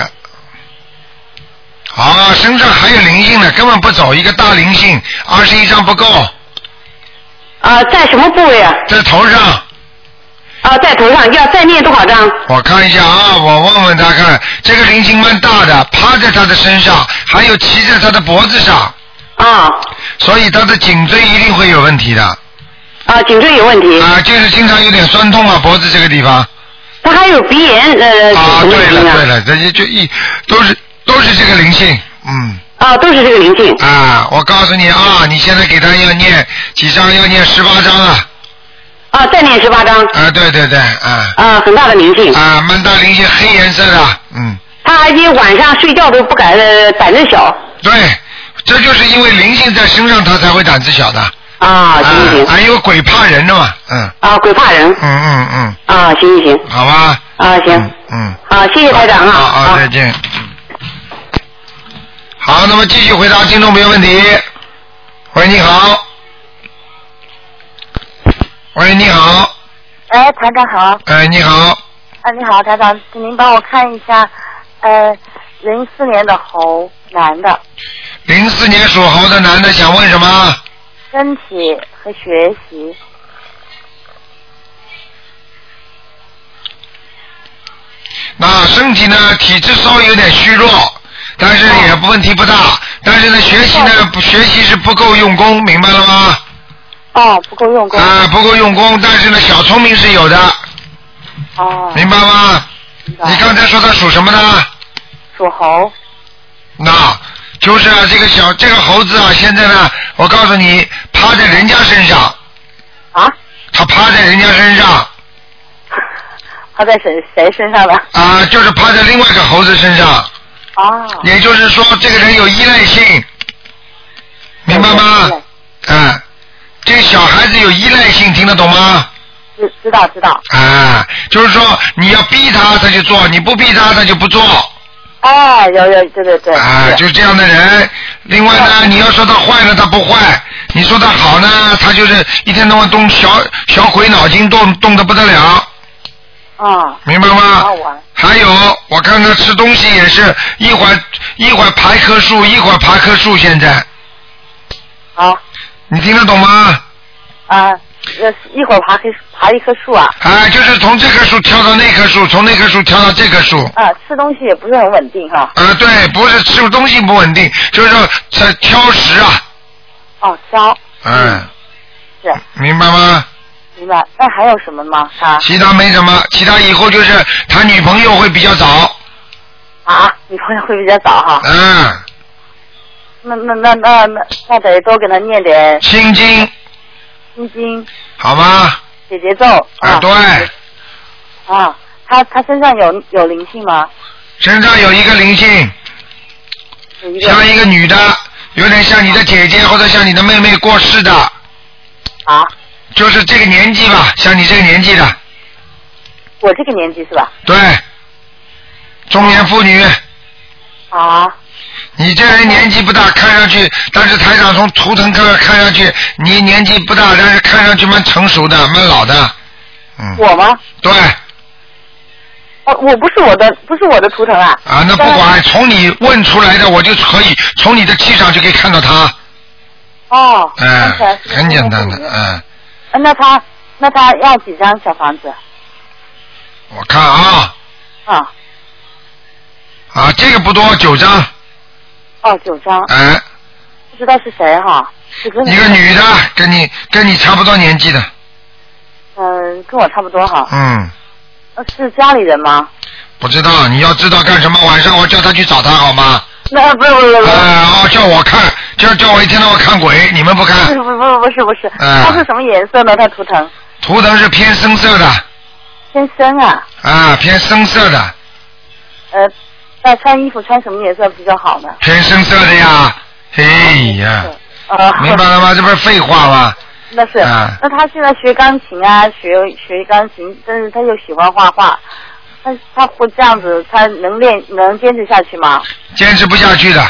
啊，身上还有灵性呢，根本不走，一个大灵性，二十一张不够，
呃，在什么部位啊？
在头上。
啊、在头上要再念多少张？
我看一下啊，我问问他看，这个灵性蛮大的，趴在他的身上，还有骑在他的脖子上，
啊
所以他的颈椎一定会有问题的。
啊，颈椎有问题，
啊，就是经常有点酸痛啊，脖子这个地方。
她还有鼻炎呃
啊，
什么
对
原
了
因
对
啊？
了，这些就一都是都是这个灵性，嗯。
啊，都是这个灵性。
啊，我告诉你啊，你现在给他要念几张，要念十八张啊。
啊，再念十八张，
啊，对对对，啊
啊，很大的灵性。
啊，蛮大灵性，黑颜色的，嗯，
他而且晚上睡觉都不敢，呃胆子小
对，这就是因为灵性在身上，他才会胆子小的。
啊，行不行？
啊，因为鬼怕人的嘛，嗯
啊，鬼怕人
嗯嗯嗯，
啊，行不行？
好吧。
啊，行
嗯，嗯。
啊，谢谢台长啊，
好好，再见。好，那么继续回答听众朋友问题。喂，你好。喂，你好。
哎，台长好，
哎，你好。
啊，你好，台长，请您帮我看一下，呃，零四年的猴男的
零四年属猴的男的想问什么？
身体和学习，
那啊身体呢，体质稍微有点虚弱，但
哦
是也不问题不大。但是呢，学习呢，不学习是不够用功，明白了吗？
哦，不够用功，
啊，不够用功，但是呢，小聪明是有的，
哦，
明白吗？
明白
你刚才说他属什么呢？
属猴，
那就是啊，这个小这个猴子啊，现在呢，我告诉你，趴在人家身上，
啊，
它趴在人家身上
他在谁谁身上了？
啊，就是趴在另外一个猴子身上，
哦，
也就是说，这个人有依赖性，明白吗？啊，这个小孩子有依赖性，听得懂吗？
知知道知道，
啊，就是说你要逼他，他就做；你不逼他，他就不做。
哎，有有，对对对，
啊，
是
就这样的人。另外呢，你要说他坏呢，他不坏；你说他好呢，他就是一天到晚动小小鬼脑筋动，动得不得了，
啊，
明白
好
吗？
玩，
还有，我看他吃东西也是一会儿一会儿爬一棵树，一会儿爬棵树。现在
好
你听得懂吗？
啊，呃，一会儿爬黑爬一棵树啊，
啊，就是从这棵树跳到那棵树，从那棵树跳到这棵树。
啊，吃东西也不是很稳定哈，
啊，对，不是吃东西不稳定，就是说在挑食啊，
哦，教
嗯，
是
明白吗？
明白，那还有什么吗？啊他
其他没什么，其他以后就是谈女朋友会比较早，
啊，女朋友会比较早哈。
嗯，
那那那那那那得多给他念点
心经，
心经、
好吗？
解节奏
啊，
啊
对，
啊。他他身上有有灵性吗？
身上有一个灵性，
有一个
像一个女的，有点像你的姐姐或者像你的妹妹过世的，
啊，
就是这个年纪吧，像你这个年纪的，
我这个年纪是吧？
对，中年妇女，
啊，
你这人年纪不大，看上去，但是台长从图腾看看上去，你年纪不大，但是看上去蛮成熟的，蛮老的，嗯，
我吗？
对，啊
哦，我不是我的，不是我的图腾啊。
啊，那不管，从你问出来的，我就可以从你的气场就可以看到他，
哦，
哎、
看起来是
很简单的，嗯、
啊那他那他要几张小房子？
我看啊
啊，
啊、啊，这个不多，九张，
哦，九张，
哎，
不知道是谁哈，是跟
一个女的，跟你跟你差不多年纪的，
嗯、跟我差不多哈，
嗯，
呃是家里人吗？
不知道你要知道干什么，晚上我叫他去找他好吗？
那不是不是不
啊、
是
哦，叫我看，叫叫我一天到晚看鬼，你们不
不
看
是，不是不是不是，
嗯
他是什么颜色呢？他图腾
图腾是偏深色的，
偏深啊，
啊，偏深色的，
呃，那穿衣服穿什么颜色比较好呢？
偏深色的呀，哎呀，
呃，
明白了吗？这不是废话吗？
那是，
嗯
那他现在学钢琴啊，学学钢琴，但是他又喜欢画画，他他会这样子，他能练能坚持下去吗？
坚持不下去的，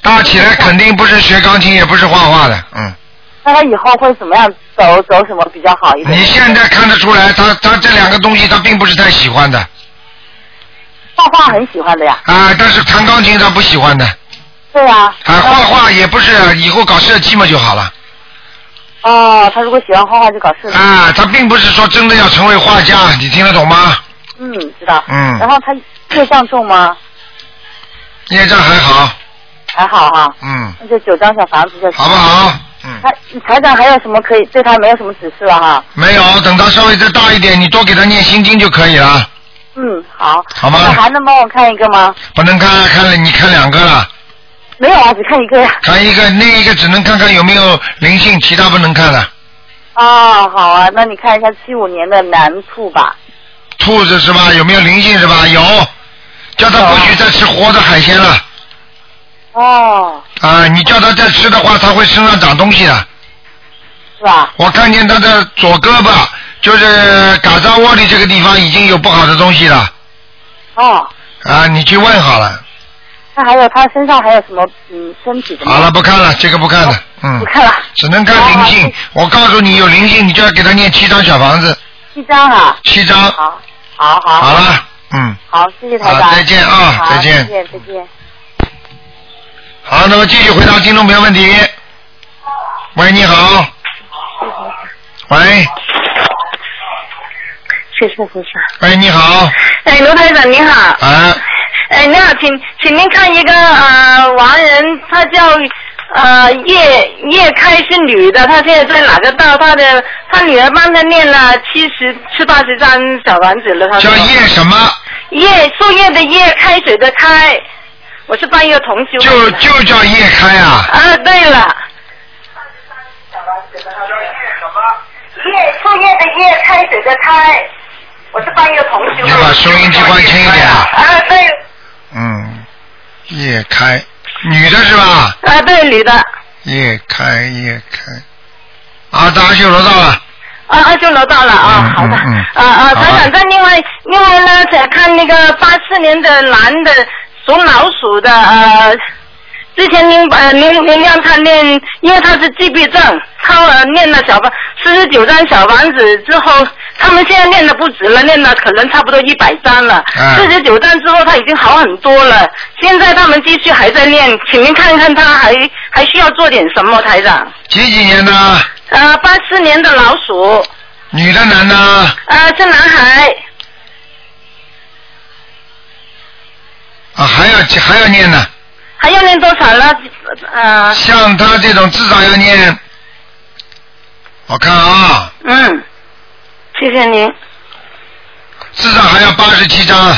大起来肯定不是学钢琴，也不是画画的，嗯。
那他以后会怎么样走走什么比较好一点？
你现在看得出来，他他这两个东西他并不是太喜欢的
画画很喜欢的呀，
啊，但是弹钢琴他不喜欢的
对呀、
啊，画画也不是，啊以后搞设计嘛就好了
哦，他如果喜欢画画就搞设计，
啊，他并不是说真的要成为画家，你听得懂吗？
嗯，知道。
嗯
然后他业障重吗？
业障还好，
还好哈、
嗯，
那就九张小房子就行。
好不好？嗯，
他台长还有什么可以对他没有什么指示了哈？
没有，等他稍微再大一点，你多给他念心经就可以了，
嗯，好。
好吗
那还能帮我看一个吗？
不能看看了，你看两个了，
没有啊，只看一个呀。
看一个，另一个只能看看有没有灵性，其他不能看了。
哦，好啊，那你看一下七五年的男兔吧。
兔子是吧？有没有灵性是吧？有，叫他不许再吃活的海鲜了。
哦，
啊，你叫他再吃的话，他会身上长东西的。
是吧？
我看见他的左胳膊，就是嘎扎窝里这个地方已经有不好的东西了。
哦，
啊，你去问好了。
那还有他身上还有什么嗯身体的吗？
好了，不看了，这个不看了，
不
嗯，
看了，
只能看灵性。我告诉你，有灵性，你就要给他念七张小房子，
一张啊。
七张。
好，好好
好了，嗯，
好，谢谢台长。
好再见啊
好
再见
再见，再见。
好，那么继续回答听众朋友问题。喂，你好。喂，
谢谢菩萨。
喂，你好，
哎，卢台长您好。
啊，
哎，你好，请请您看一个呃亡人，她叫呃叶叶开是女的，她现在在哪个道？她的她女儿帮她念了七十七八十张小丸子了，她说
叫叶什么？
叶树叶的叶，开水的开。我是帮一个同修。
就就叫叶开啊。
啊，对了，
你把收音机关轻一点。啊，对。嗯，叶开，女的是吧？
啊，对女的，
叶开，叶开。啊，到阿修罗道了。
啊，二修楼到了啊
嗯，
好的，
嗯嗯
啊啊，
好
台
啊
长，再另外另外呢，想看那个八四年的男的属老鼠的，呃，之前您呃您您让他念，因为他是自闭症，他呃念了小房四十九张小房子之后，他们现在念的不止了，念了可能差不多一百张了
嗯，
四十九张之后他已经好很多了，现在他们继续还在念，请您看看他还还需要做点什么，台长。
几几年的？
呃，八四年的老鼠。
女的男的？
啊，是男孩，
啊，还要还要念呢。
还要念多少了？呃，
像他这种至少要念，我看啊，
嗯，谢谢您。
至少还要八十七章。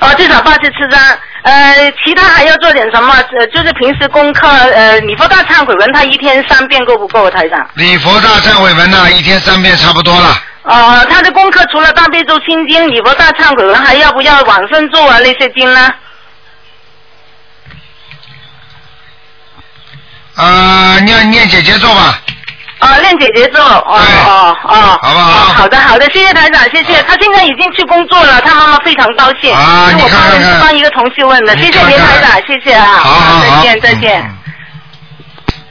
哦，至少八十七张。呃，其他还要做点什么？呃，就是平时功课，呃，礼佛大忏悔文，他一天三遍够不够，台长？
礼佛大忏悔文呢，一天三遍差不多了。
呃，他的功课除了大悲咒心经、礼佛大忏悔文，还要不要往生咒啊那些经呢？
啊，念念姐姐咒吧。
哦，练姐姐咒，哦
对
哦哦，
好不好
哦好的好的，谢谢台长，谢谢。他现在已经去工作了，他妈妈非常高兴。
啊
是
你
我
看看看
帮帮一个同事问的，
你
谢谢
看
您
看
台长，谢谢啊，
好好好，
再见再见。
嗯嗯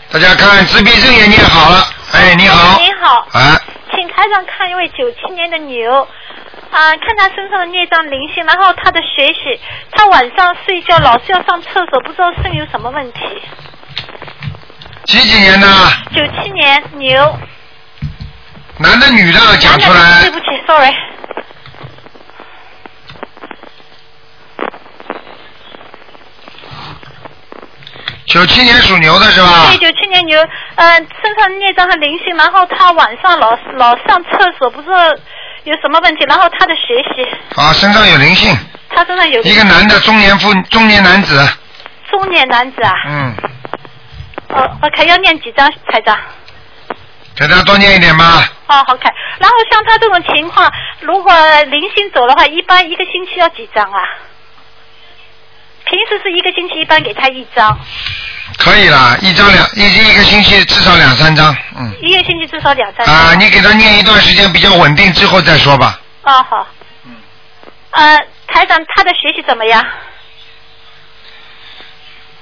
大家看，自闭症也念好了。哎，你好。
你好，
啊，
请台长看一位九七年的牛，啊、看他身上的孽障灵性，然后他的学习，他晚上睡觉老是要上厕所，不知道肾有什么问题。
几几年的？
九七年牛，
男的女的？讲
男
出
的
来
对不。起，sorry。
九七年属牛的是吧？
对，九七年牛，嗯、身上孽障和灵性，然后他晚上老老上厕所，不知道有什么问题，然后他的学习，
啊，身上有灵性，
他身上有
一个男的中年妇中年男子，
中年男子啊，
嗯，
哦，OK，要念几张台长？
给他多念一点吧。
哦，好看。然后像他这种情况，如果零星走的话，一般一个星期要几张啊？平时是一个星期，一般给他一张，
可以啦，一张两一一个星期至少两三张，嗯
一个星期至少两三张。
啊，你给他念一段时间比较稳定之后再说吧。
哦，好。嗯。呃，台长，他的学习怎么样？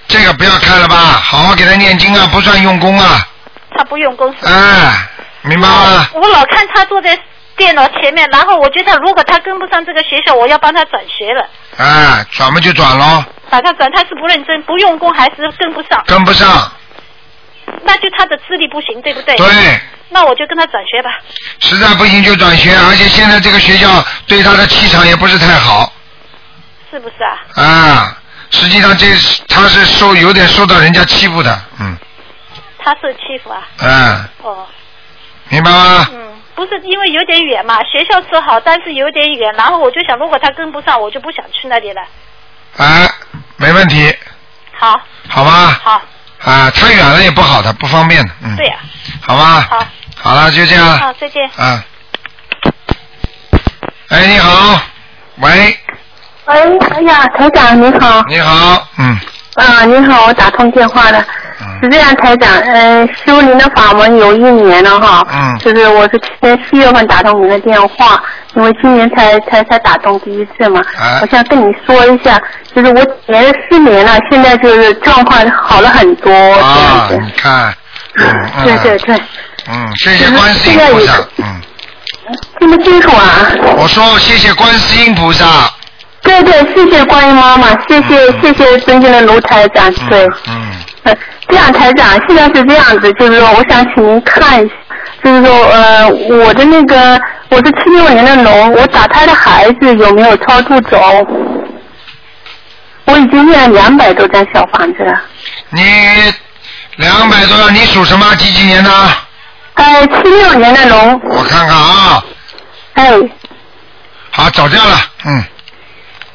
这个不要看了吧，好好给他念经啊，不算用功啊，
他不用功是吧？
哎，明白吗？
我老看他坐在电脑前面，然后我觉得如果他跟不上这个学校，我要帮他转学了。
哎，转嘛就转咯，
把他转，他是不认真、不用功，还是跟不上？
跟不上，
那就他的资历不行，对不对？
对。
那我就跟他转学吧。
实在不行就转学，而且现在这个学校对他的气场也不是太好
是不是啊？
啊。实际上这他是受有点受到人家欺负的，嗯，
他受欺负啊？
哎，
哦，
明白吗？
嗯，不是因为有点远嘛，学校是好，但是有点远，然后我就想，如果他跟不上，我就不想去那里了。
哎，没问题，
好，
好吧？
好，
啊，太远了也不好的，不方便的，嗯，
对呀、
好吧？
好，
好了，就这样了。
好，再见。
啊。哎，你好，喂，
喂，哎呀，台长你好。
你好，嗯，
啊，你好，我打通电话了。是这样，台长，嗯、修您的法门有一年了哈。
嗯
就是我是去年七月份打通您的电话，因为今年才才才打通第一次嘛。
哎
我想跟你说一下，就是我连了四年了，现在就是状况好了很多。
啊，你看，嗯，嗯
对对，对，
嗯，谢谢观世音菩萨，嗯，
听不清楚啊。
我说谢谢观世音菩萨，
对对，谢谢观音妈妈，谢谢、谢谢尊敬的卢台长，对。
嗯。
呃，这样台长，现在是这样子，就是说，我想请您看一下，就是说，呃，我的那个，我是七六年的龙，我打胎的孩子有没有超度走？我已经念了两百多张小房子了，
你两百多，你属什么？几几年的？
呃，七六年的龙，
我看看啊，
哎，
好，走掉了，嗯，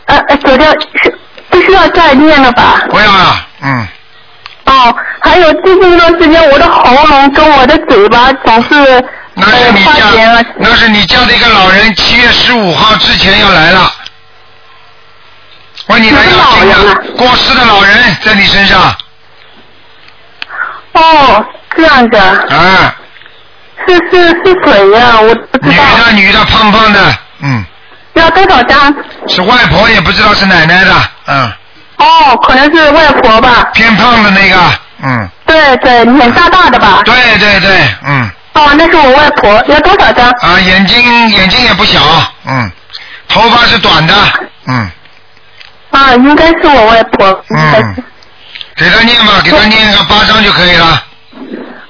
呃呃，走掉是不需要再念了吧？
不要了，嗯，
哦，还有最近一段时间，我的喉咙跟我的嘴巴总是呃
那是你家，那是你家的一个老人，七月十五号之前要来了。问你来要经
啊
了，过世的老人在你身上，
哦这样子，啊，
啊，
是是是谁呀、我不知
女
道
的女的胖胖的，嗯，
要多少张？
是外婆也不知道是奶奶的，嗯，
哦，可能是外婆吧。
偏胖的那个，嗯，
对对，脸大大的吧？
对对对，嗯，
哦，那是我外婆，要多少张？
啊，眼睛眼睛也不小，嗯，头发是短的，嗯
啊，应该是我外婆，嗯
嗯，给他念吧，给他念个八章就可以了，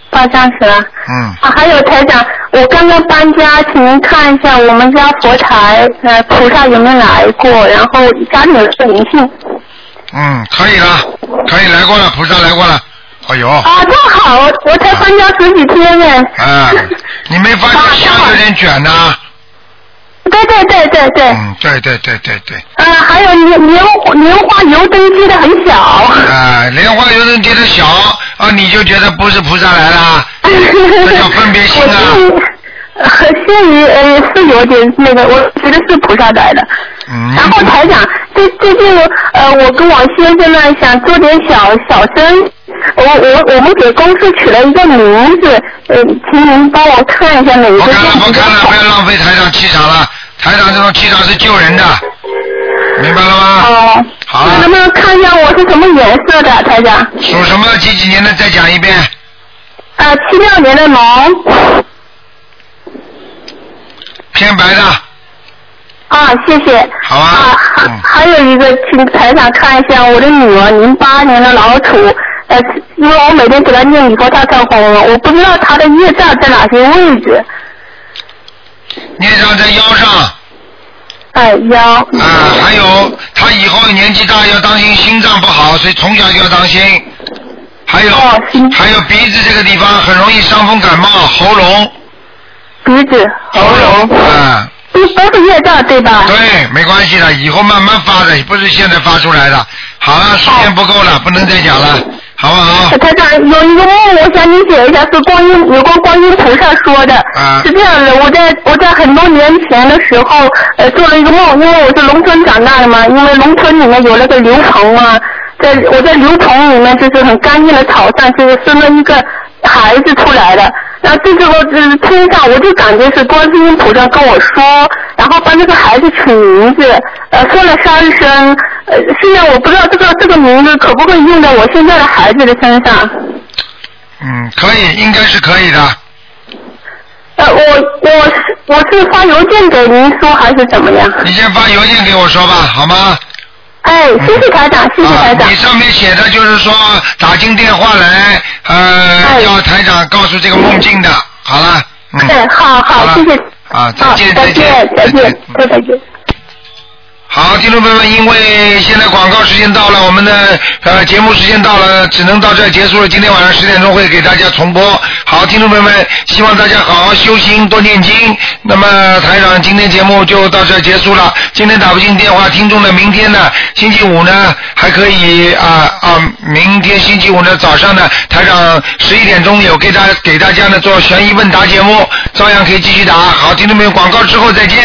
八张是吧？
嗯，
啊，还有台长，我刚刚搬家，请您看一下我们家佛台，呃，菩萨有没有来过？然后家里有没有灵性？
嗯，可以了，可以来过了，菩萨来过了，哎呦，
啊，那好，我才搬家十几天呢。
啊，你没发现香有点卷呐、
对对对对对，
嗯，对对对对对，
啊，还有莲莲花莲花油灯贴的很小。
啊，莲花油灯贴的小啊，你就觉得不是菩萨来了，这叫分别 心啊，
呃 心里呃是有点那个，我觉得是菩萨来的。
嗯
然后台长，最最近呃，我跟王先生呢想做点小小生，我我我们给公司取了一个名字，呃，请您帮我看一下哪一个
不看了
字
不看了，不要浪费台长气场了，台长这种气场是救人的，明白了吗？
哦，
好啊了
那能不能看一下我是什么颜色的，台长？
属什么几几年的再讲一遍，
呃，七六年的龙。
偏白的，
啊，谢谢。
好啊，
啊，还还有一个，请台长看一下我的女儿，零八年的老鼠，呃，因为我每天给她念以后，她才红了，我不知道她的业障在哪些位置。
孽障在腰上。
哎，腰。
啊，还有他以后年纪大要当心心脏不好，所以从小就要当心。还有
哦
还有鼻子这个地方很容易伤风感冒，喉咙。
鼻子、
喉咙。啊。
都都是业障对吧？
对，没关系的，以后慢慢发的，不是现在发出来的。好了，时间不够了，不能再讲了，好不好？
台长有一个梦，我想你解一下，是观音有关观音菩萨说的。
啊
是这样的，我在我在很多年前的时候，呃，做了一个梦，因为我是农村长大的嘛，因为农村里面有那个牛棚嘛，在我在牛棚里面就是很干净的草上，就是生了一个孩子出来的。然后这时候就是天上，我就感觉是观世音菩萨跟我说，然后帮这个孩子取名字，呃，说了三声，呃，现在我不知道这个这个名字可不可以用在我现在的孩子的身上。
嗯，可以，应该是可以的。
呃，我我是我是发邮件给您说还是怎么样？
你先发邮件给我说吧，好吗？啊
哎，谢谢台长，谢谢台长。
你上面写的就是说打进电话来，呃，要台长告诉这个梦境的。好了，嗯，
哎，好好，谢谢。
啊，
好，
再见，
再
见，
再见，再再见。
好，听众朋友们，因为现在广告时间到了，我们的呃节目时间到了，只能到这儿结束了。今天晚上十点钟会给大家重播。好，听众朋友们，希望大家好好修心，多念经。那么台长今天节目就到这儿结束了。今天打不进电话，听众呢，明天呢，星期五呢还可以啊啊，明天星期五呢早上呢，台长十一点钟有给大给大家呢做悬疑问答节目，照样可以继续打。好，听众朋友，广告之后再见。